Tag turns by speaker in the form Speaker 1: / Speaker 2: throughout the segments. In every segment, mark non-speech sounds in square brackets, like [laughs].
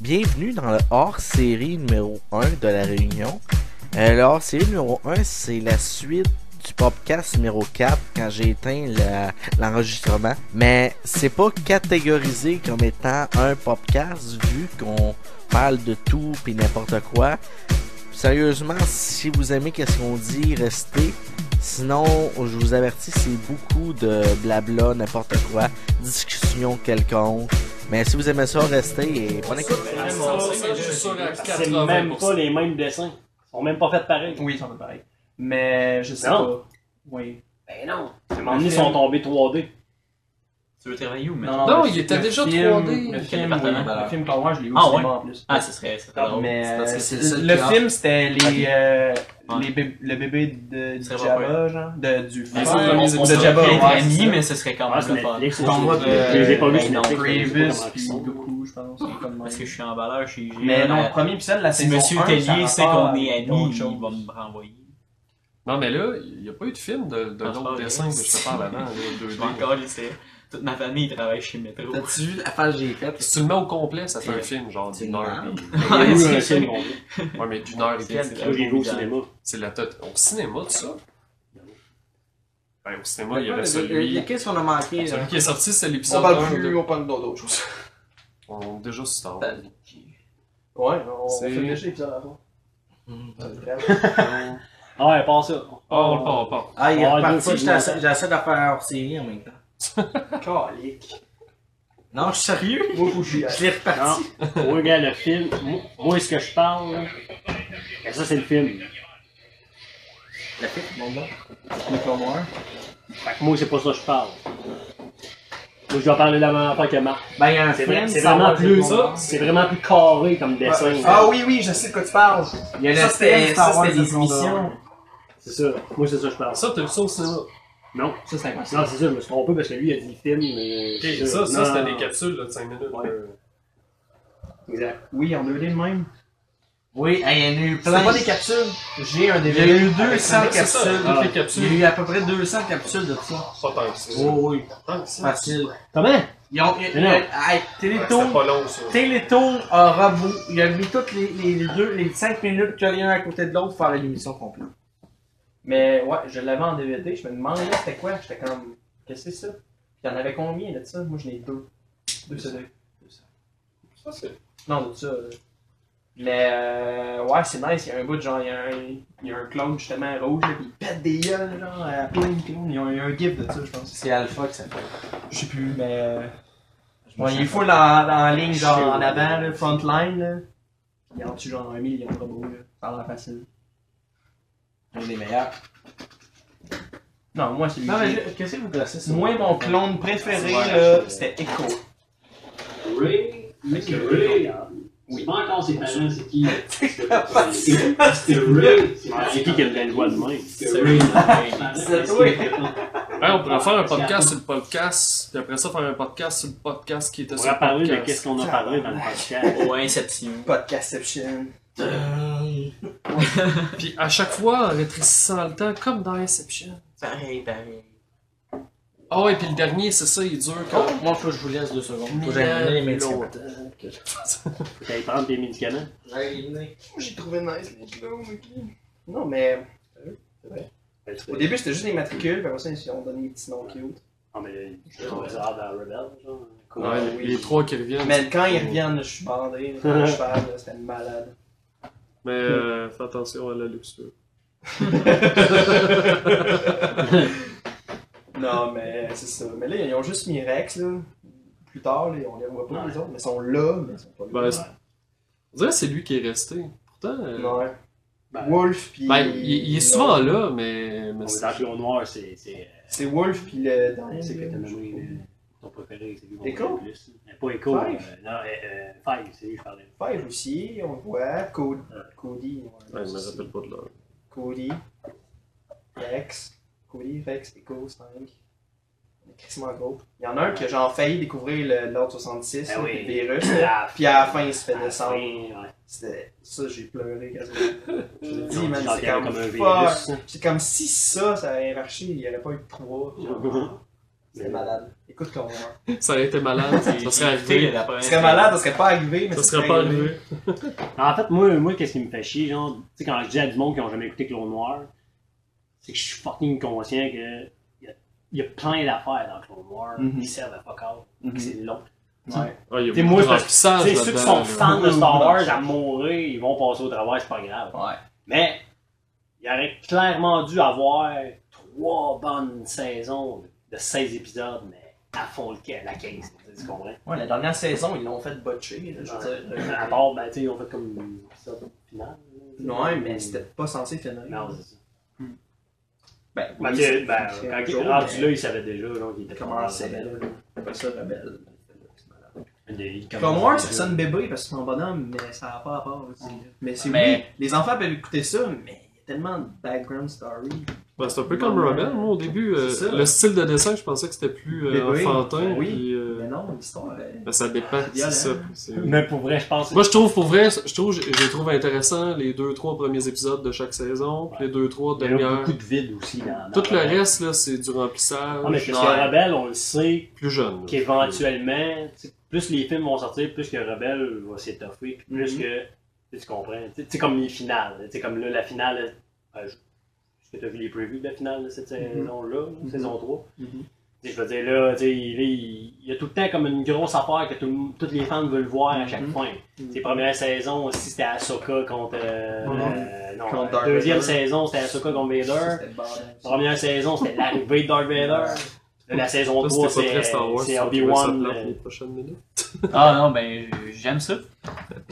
Speaker 1: Bienvenue dans le hors-série numéro 1 de la réunion. Euh, le hors-série numéro 1, c'est la suite du podcast numéro 4 quand j'ai éteint la- l'enregistrement. Mais c'est pas catégorisé comme étant un podcast vu qu'on parle de tout puis n'importe quoi. Sérieusement, si vous aimez qu'est-ce qu'on dit, restez. Sinon, je vous avertis, c'est beaucoup de blabla, n'importe quoi, discussion quelconque. Mais si vous aimez ça, restez et bonne écoute.
Speaker 2: C'est même pas les mêmes dessins. Ils sont même pas faits pareil.
Speaker 3: Oui, ils sont pas pareils. Mais je sais
Speaker 2: Non.
Speaker 3: pas. Oui.
Speaker 2: Ben non.
Speaker 3: À un moment
Speaker 2: Ils
Speaker 3: donné,
Speaker 2: sont tombés 3D.
Speaker 4: Tu veux travailler ou mais
Speaker 3: Non, non,
Speaker 5: Non,
Speaker 3: le-
Speaker 5: il était
Speaker 3: le
Speaker 5: déjà
Speaker 3: film-
Speaker 5: 3D.
Speaker 3: Le
Speaker 5: Quel
Speaker 3: film, oui,
Speaker 4: département,
Speaker 3: le
Speaker 4: alors?
Speaker 3: film Clone Wars, je l'ai eu au
Speaker 4: Ah,
Speaker 3: cinéma
Speaker 4: ouais?
Speaker 3: en plus.
Speaker 4: Ah, ce serait, ce serait drôle.
Speaker 3: Mais
Speaker 4: C'est parce que
Speaker 3: euh,
Speaker 4: c'est le
Speaker 3: le,
Speaker 4: seul qui a-
Speaker 3: film, c'était les,
Speaker 4: Ok.
Speaker 3: euh,
Speaker 4: Ouais.
Speaker 3: les bé- le bébé de, du
Speaker 4: C'est
Speaker 3: Jabba,
Speaker 4: vrai.
Speaker 3: genre, de, du
Speaker 4: Mais
Speaker 3: film.
Speaker 4: c'est
Speaker 2: Ouais,
Speaker 4: comme
Speaker 3: on-
Speaker 4: on
Speaker 3: on
Speaker 4: s'est
Speaker 3: sait
Speaker 4: déjà
Speaker 3: pas, ouais,
Speaker 4: être
Speaker 3: c'est
Speaker 4: amis,
Speaker 3: ça.
Speaker 4: Ah, mais ce serait quand
Speaker 2: Ouais,
Speaker 4: même
Speaker 2: Ah, c'est
Speaker 4: le fun.
Speaker 2: Netflix,
Speaker 4: Parle-moi
Speaker 2: c'est-
Speaker 4: de-
Speaker 2: je les ai pas vus sur
Speaker 4: Ben non,
Speaker 2: Netflix, je sais pas
Speaker 3: Grievous
Speaker 2: comment ils
Speaker 3: puis
Speaker 2: sont.
Speaker 3: Goku, je pense. c'est comme
Speaker 4: Parce que
Speaker 3: même.
Speaker 4: je suis en valeur chez G.
Speaker 3: Mais non,
Speaker 4: euh,
Speaker 3: le premier épisode, la
Speaker 4: Si
Speaker 3: saison
Speaker 4: Monsieur
Speaker 3: 1, ça
Speaker 4: Tellier
Speaker 3: a
Speaker 4: sait
Speaker 3: rapport
Speaker 4: qu'on
Speaker 3: avec
Speaker 4: est amis,
Speaker 3: d'autres
Speaker 4: il
Speaker 3: choses.
Speaker 4: va me renvoyer.
Speaker 5: Non, mais là, il n'y a pas eu de film de- d'un
Speaker 4: Ah,
Speaker 5: autre
Speaker 4: oui.
Speaker 5: dessin que je te parle avant, là,
Speaker 4: Je
Speaker 5: 2D.
Speaker 4: vais encore laisser. Toute ma famille travaille chez Metro.
Speaker 6: T'as-tu
Speaker 4: [laughs]
Speaker 6: vu la face que j'ai faite?
Speaker 5: Si tu le mets au complet, ça fait un film, genre
Speaker 6: C'est
Speaker 5: d'une heure.
Speaker 6: énorme.
Speaker 5: et-
Speaker 2: Il y a eu
Speaker 4: Ah, c'est
Speaker 2: un
Speaker 4: ça.
Speaker 2: film qu'on vit.
Speaker 5: Ouais, mais d'une heure et
Speaker 4: C'est-
Speaker 5: quelques.
Speaker 2: Moi, j'ai vu au cinéma.
Speaker 5: C'est la tête. Au cinéma, tout ça? Ben, au cinéma, il y avait
Speaker 6: Euh,
Speaker 5: celui.
Speaker 6: Qu'est-ce qu'on a manqué, là?
Speaker 5: Celui qui est sorti, c'est l'épisode
Speaker 6: On
Speaker 5: 1.
Speaker 6: parle plus, on parle d'autres choses.
Speaker 5: On est déjà sur Star Wars.
Speaker 4: Ben,
Speaker 6: Ouais, on
Speaker 5: C'est-
Speaker 6: fait lécher l'épisode avant.
Speaker 2: Ah ouais, pas ça.
Speaker 5: Oh, on le part, on le part.
Speaker 6: Ah, il est
Speaker 2: Ah, deux
Speaker 6: reparti,
Speaker 2: fois,
Speaker 6: j'étais
Speaker 2: je
Speaker 6: assez- j'essaie de faire hors série en même temps.
Speaker 2: [laughs]
Speaker 3: Calique.
Speaker 6: Non, je suis sérieux?
Speaker 3: Moi, faut que j'y aille.
Speaker 6: Je l'ai reparti.
Speaker 2: Non. Moi, regarde le film. Moi, Moi, ce que je parle, là, ben ça, c'est le film.
Speaker 6: La pipe, mon gars.
Speaker 3: Le Clone Wars.
Speaker 2: Fait que moi, c'est pas ça que je parle. Moi, je dois parler de la même affaire que Marc.
Speaker 6: Ben, il y a un
Speaker 2: C'est
Speaker 6: film,
Speaker 2: vrai- c'est
Speaker 6: ça
Speaker 2: vraiment
Speaker 6: va,
Speaker 2: plus
Speaker 6: c'est le monde.
Speaker 2: C'est vraiment plus carré comme dessin.
Speaker 3: Ah oui, oui, je sais de quoi tu parles.
Speaker 6: Il y a
Speaker 3: Ça,
Speaker 6: le
Speaker 3: c'était-
Speaker 6: film,
Speaker 3: ça,
Speaker 6: ça, c'était
Speaker 3: c'était
Speaker 6: des
Speaker 3: le monde.
Speaker 6: émissions.
Speaker 2: C'est ça. Moi, c'est ça que je parle.
Speaker 5: Ça, t'as vu ça au cinéma?
Speaker 2: Non.
Speaker 6: Ça, c'est impossible.
Speaker 2: Non, c'est ça, je me suis trompé parce que lui, il a dit le film, mais.
Speaker 5: Ok, ça, ça, c'était des capsules là, de 5 minutes.
Speaker 2: Ouais.
Speaker 5: euh.
Speaker 2: Exact.
Speaker 3: Oui, en 2D de même.
Speaker 6: Oui, hey, il y en a eu
Speaker 3: C'est pas
Speaker 6: plein.
Speaker 3: des capsules. J'ai un
Speaker 6: Il y a eu
Speaker 3: DVD.
Speaker 6: 200
Speaker 5: C'est ça,
Speaker 6: capsules.
Speaker 5: toutes les
Speaker 6: Il y a
Speaker 5: capsules.
Speaker 6: eu à peu près 200 capsules de ça.
Speaker 5: Pas tant que ça.
Speaker 6: Oh oui,
Speaker 5: Tant que ça.
Speaker 6: facile.
Speaker 2: Comment?
Speaker 6: Ils ont, ils-
Speaker 2: Mais non.
Speaker 6: ils- hey,
Speaker 5: Ouais,
Speaker 6: Télétoon,
Speaker 5: C'était pas long, ça.
Speaker 6: Télétoon a rabou. Il a mis toutes les, les, les deux, les cinq minutes qu'il y a l'un à côté de l'autre pour faire une émission complète.
Speaker 3: Mais ouais, je l'avais en DVD, je me demandais là, c'était quoi, j'étais comme, qu'est-ce que c'est ça? Puis y'en avait combien de ça? Moi j'en ai deux. Deux CD.
Speaker 5: Ça, c'est-
Speaker 3: Non, de ça. là. Mais euh, ouais, c'est nice, il y a un bout de genre, il y a un, y a un clone justement rouge, là, pis il pète des gueules, genre, euh, à plein de clones. Il y a un, il y a un gif de ça, je pense.
Speaker 6: C'est Alpha qui s'appelle.
Speaker 3: Je sais plus, mais. euh,
Speaker 6: me
Speaker 3: Ouais, il
Speaker 6: souviens
Speaker 3: est full en, en ligne, genre
Speaker 2: Je sais
Speaker 3: en
Speaker 2: pas.
Speaker 3: avant, là, front line, là. Il y en tue genre un million de robots, là. Ça a l'air facile.
Speaker 6: Un des meilleurs.
Speaker 3: Non, moi c'est lui.
Speaker 6: Non, mais je- qu'est-ce que vous placez ça?
Speaker 3: Moi, mon clone préféré,
Speaker 4: Ouais,
Speaker 3: là,
Speaker 4: je-
Speaker 3: c'était Echo.
Speaker 7: Ray, Mr. Ray. Je
Speaker 2: euh,
Speaker 7: sais pas encore ses parents, c'est qui. Mr. Ray, c'est
Speaker 2: C'est qui qui a une belle voix de main?
Speaker 7: Mr. Ray,
Speaker 6: C'est
Speaker 7: c'est
Speaker 6: toi.
Speaker 5: Hey, on pourrait faire un podcast sur le podcast, puis après ça, faire un podcast sur le podcast qui était
Speaker 2: On
Speaker 5: sur
Speaker 2: va
Speaker 5: le
Speaker 2: parler de
Speaker 5: podcast.
Speaker 2: qu'est-ce qu'on a parlé dans le podcast.
Speaker 4: Au Inception.
Speaker 3: Podcastception.
Speaker 5: Puis à chaque fois, en rétrécissant le temps, comme dans Inception.
Speaker 4: Pareil, pareil.
Speaker 5: Ah ouais, puis le dernier, c'est ça, il dure
Speaker 6: Oh,
Speaker 5: quand même.
Speaker 6: moi, faut que je vous laisse deux secondes. Faut que
Speaker 5: Mille
Speaker 6: j'aille
Speaker 5: ans
Speaker 6: éliminer les
Speaker 5: plus
Speaker 6: médicaments.
Speaker 5: longtemps.
Speaker 2: Faut aller prendre des médicaments.
Speaker 6: J'allais éliminer.
Speaker 3: J'ai trouvé nice les clones, ok. Non, mais
Speaker 2: Ben,
Speaker 3: au
Speaker 2: c'est-
Speaker 3: début, c'était juste des matricules, puis après ça, ils ont donné des petits noms cute.
Speaker 2: Ah, mais je trouve ça dans Rebelle, genre. Cool.
Speaker 5: Ouais, les- les trois qui reviennent.
Speaker 3: Ah, Mais quand ils reviennent, je suis bandé, là, je suis fan, là, c'était malade.
Speaker 5: Mais euh, fais attention à la luxure.
Speaker 3: Non, mais c'est ça. Mais là, ils ont juste mis Rex, là. Plus tard, là, on les revoit pas,
Speaker 2: Ouais.
Speaker 3: les autres, mais ils sont là, mais ils sont pas là.
Speaker 5: Ben, c'est- on dirait que c'est lui qui est resté. Pourtant, euh,
Speaker 3: Ouais.
Speaker 2: Ben,
Speaker 3: Wolf, puis.
Speaker 5: ben, il, il est souvent là, mais... mais
Speaker 2: On est
Speaker 5: c'est-
Speaker 2: dans le Clone Noir, c'est. C'est
Speaker 3: C'est Wolf, puis le.
Speaker 2: euh, c'est que t'as nommé
Speaker 3: Five,
Speaker 2: euh, ton préféré, c'est lui qu'on
Speaker 3: Echo?
Speaker 2: voit le plus. Mais pas Echo. euh,
Speaker 3: Five?
Speaker 2: Non, euh, euh, Five, c'est lui que je parlais.
Speaker 3: aussi, on le voit. Cody. Cody. on
Speaker 5: Ouais,
Speaker 3: le
Speaker 5: je me
Speaker 3: voit.
Speaker 5: rappelle pas de l'heure.
Speaker 3: Cody, Rex, Cody, Rex, Echo, 5. On est crissement gros. Il y en a un qui a genre failli découvrir le- l'ordre 66,
Speaker 2: Ben
Speaker 3: là,
Speaker 2: oui.
Speaker 3: le virus.
Speaker 2: La
Speaker 3: Puis à la fin, il se fait
Speaker 2: la fin,
Speaker 3: descendre.
Speaker 2: ouais.
Speaker 3: C'était- Ça, j'ai pleuré quasiment. Je l'ai dit,
Speaker 2: Ils ont
Speaker 3: man,
Speaker 2: dit qu'il
Speaker 3: c'est
Speaker 2: y avait
Speaker 3: comme,
Speaker 2: comme un
Speaker 3: fuck.
Speaker 2: virus.
Speaker 3: [laughs] C'est comme si ça, ça avait marché, il n'y aurait pas eu de 3. C'était malade. Écoute ton heure.
Speaker 5: Ça aurait été malade. ça serait arrivé.
Speaker 4: Ça
Speaker 3: Tu serais malade, ça serait pas arrivé, mais
Speaker 5: Ça serait pas arrivé.
Speaker 2: En fait, moi, moi qu'est-ce qui me fait chier, genre, tu sais, quand je dis à du monde qui ont jamais écouté Clone Noir, c'est que je suis fucking conscient que il y, a- il y a plein d'affaires dans Clone Noir
Speaker 3: Mhm.
Speaker 2: qui servent à fuck all,
Speaker 3: Mhm.
Speaker 2: que c'est long.
Speaker 3: Ouais.
Speaker 5: Ah, il y
Speaker 2: T'sais,
Speaker 5: a
Speaker 2: moi,
Speaker 5: beaucoup de
Speaker 2: parce-
Speaker 5: remplissage
Speaker 2: Tu sais, ceux qui
Speaker 5: là-dedans,
Speaker 2: sont
Speaker 5: là.
Speaker 2: fans de
Speaker 3: Beaucoup, [laughs]
Speaker 2: Star
Speaker 3: beaucoup
Speaker 2: Wars
Speaker 3: d'affaires.
Speaker 2: à mourir, ils vont passer au travers, c'est pas grave.
Speaker 3: Ouais.
Speaker 2: Mais il aurait clairement dû avoir trois bonnes saisons de 16 épisodes, mais à fond le quai, la 15. Tu comprends?
Speaker 3: Ouais, la dernière saison, ils l'ont fait botcher, là, je veux dire.
Speaker 2: À part, ben, tu sais, ils ont fait comme un épisode final. là,
Speaker 3: Ouais,
Speaker 2: tu sais.
Speaker 3: mais c'était pas censé finir.
Speaker 2: Non, c'est ça.
Speaker 3: Ben,
Speaker 2: Ben,
Speaker 3: oui,
Speaker 2: tu sais,
Speaker 3: c'est-
Speaker 2: ben,
Speaker 3: c'est un
Speaker 2: quand il
Speaker 3: jour,
Speaker 2: est rendu
Speaker 3: mais-
Speaker 2: là, il savait déjà, donc il était
Speaker 3: commençait.
Speaker 2: comme-
Speaker 3: Pas ça rebelle. C'est malade.
Speaker 2: Il- il
Speaker 3: Clone
Speaker 2: commençait
Speaker 3: Wars,
Speaker 2: déjà.
Speaker 3: ça sonne bébé parce que c'est mon bonhomme, mais ça n'a pas rapport aussi. là. Mais c'est
Speaker 4: Mais-
Speaker 3: oui, les enfants peuvent écouter ça, mais il y a tellement de background story.
Speaker 5: Ben, c'est un peu comme Rebel, moi, au début. euh,
Speaker 3: C'est ça.
Speaker 5: le style de dessin, je pensais que c'était plus euh,
Speaker 3: Bébé,
Speaker 2: ben
Speaker 5: enfantin.
Speaker 3: oui.
Speaker 5: puis, euh,
Speaker 3: Mais non, l'histoire, elle-
Speaker 5: ben, ça dépend,
Speaker 3: Violent.
Speaker 5: c'est ça. c'est- euh,
Speaker 2: Mais pour vrai, je pense que
Speaker 5: Moi, je trouve, pour vrai, je trouve, je les trouve intéressants les deux, trois premiers épisodes de chaque saison, puis les deux, trois
Speaker 2: il y a
Speaker 5: dernières.
Speaker 2: beaucoup de vide aussi dans. dans
Speaker 5: Tout le
Speaker 2: Rebelle.
Speaker 5: reste, là, c'est du remplissage
Speaker 2: Ah, mais parce
Speaker 4: Ouais.
Speaker 2: que Rebelle, on le sait
Speaker 5: plus jeune. là.
Speaker 2: qu'éventuellement, tu sais, plus les films vont sortir, plus que Rebelle va s'étoffer, puis plus
Speaker 3: Mhm.
Speaker 2: que. Tu sais, tu comprends? Tu sais, c'est comme les finales. là. Tu sais, comme là, la finale. euh, je- Est-ce que tu as vu les previews de la finale de cette saison-là, là,
Speaker 3: Mhm.
Speaker 2: saison 3?
Speaker 3: Mhm.
Speaker 2: Tu sais, Je veux dire, là, tu sais, il, il- il y a tout le temps comme une grosse affaire que tout- toutes les fans veulent voir à chaque
Speaker 3: Mhm.
Speaker 2: fin. Les premières saisons aussi, c'était Ahsoka contre. euh,
Speaker 3: Non, non.
Speaker 2: euh, non,
Speaker 3: Contre
Speaker 2: euh,
Speaker 3: Darth
Speaker 2: deuxième
Speaker 3: Vader.
Speaker 2: saison, c'était Ahsoka contre Vader.
Speaker 3: C'était hein. badass.
Speaker 2: Première saison, c'était l'arrivée de Darth Vader. Là, la saison
Speaker 5: Ça,
Speaker 2: 3,
Speaker 5: c'était pas
Speaker 2: c'est
Speaker 5: très Star Wars.
Speaker 2: c'est
Speaker 5: ça, je trouvais ça
Speaker 2: Obi-Wan.
Speaker 5: plate
Speaker 2: euh,
Speaker 5: les prochaines minutes.
Speaker 4: Ah non, ben j- j'aime ça.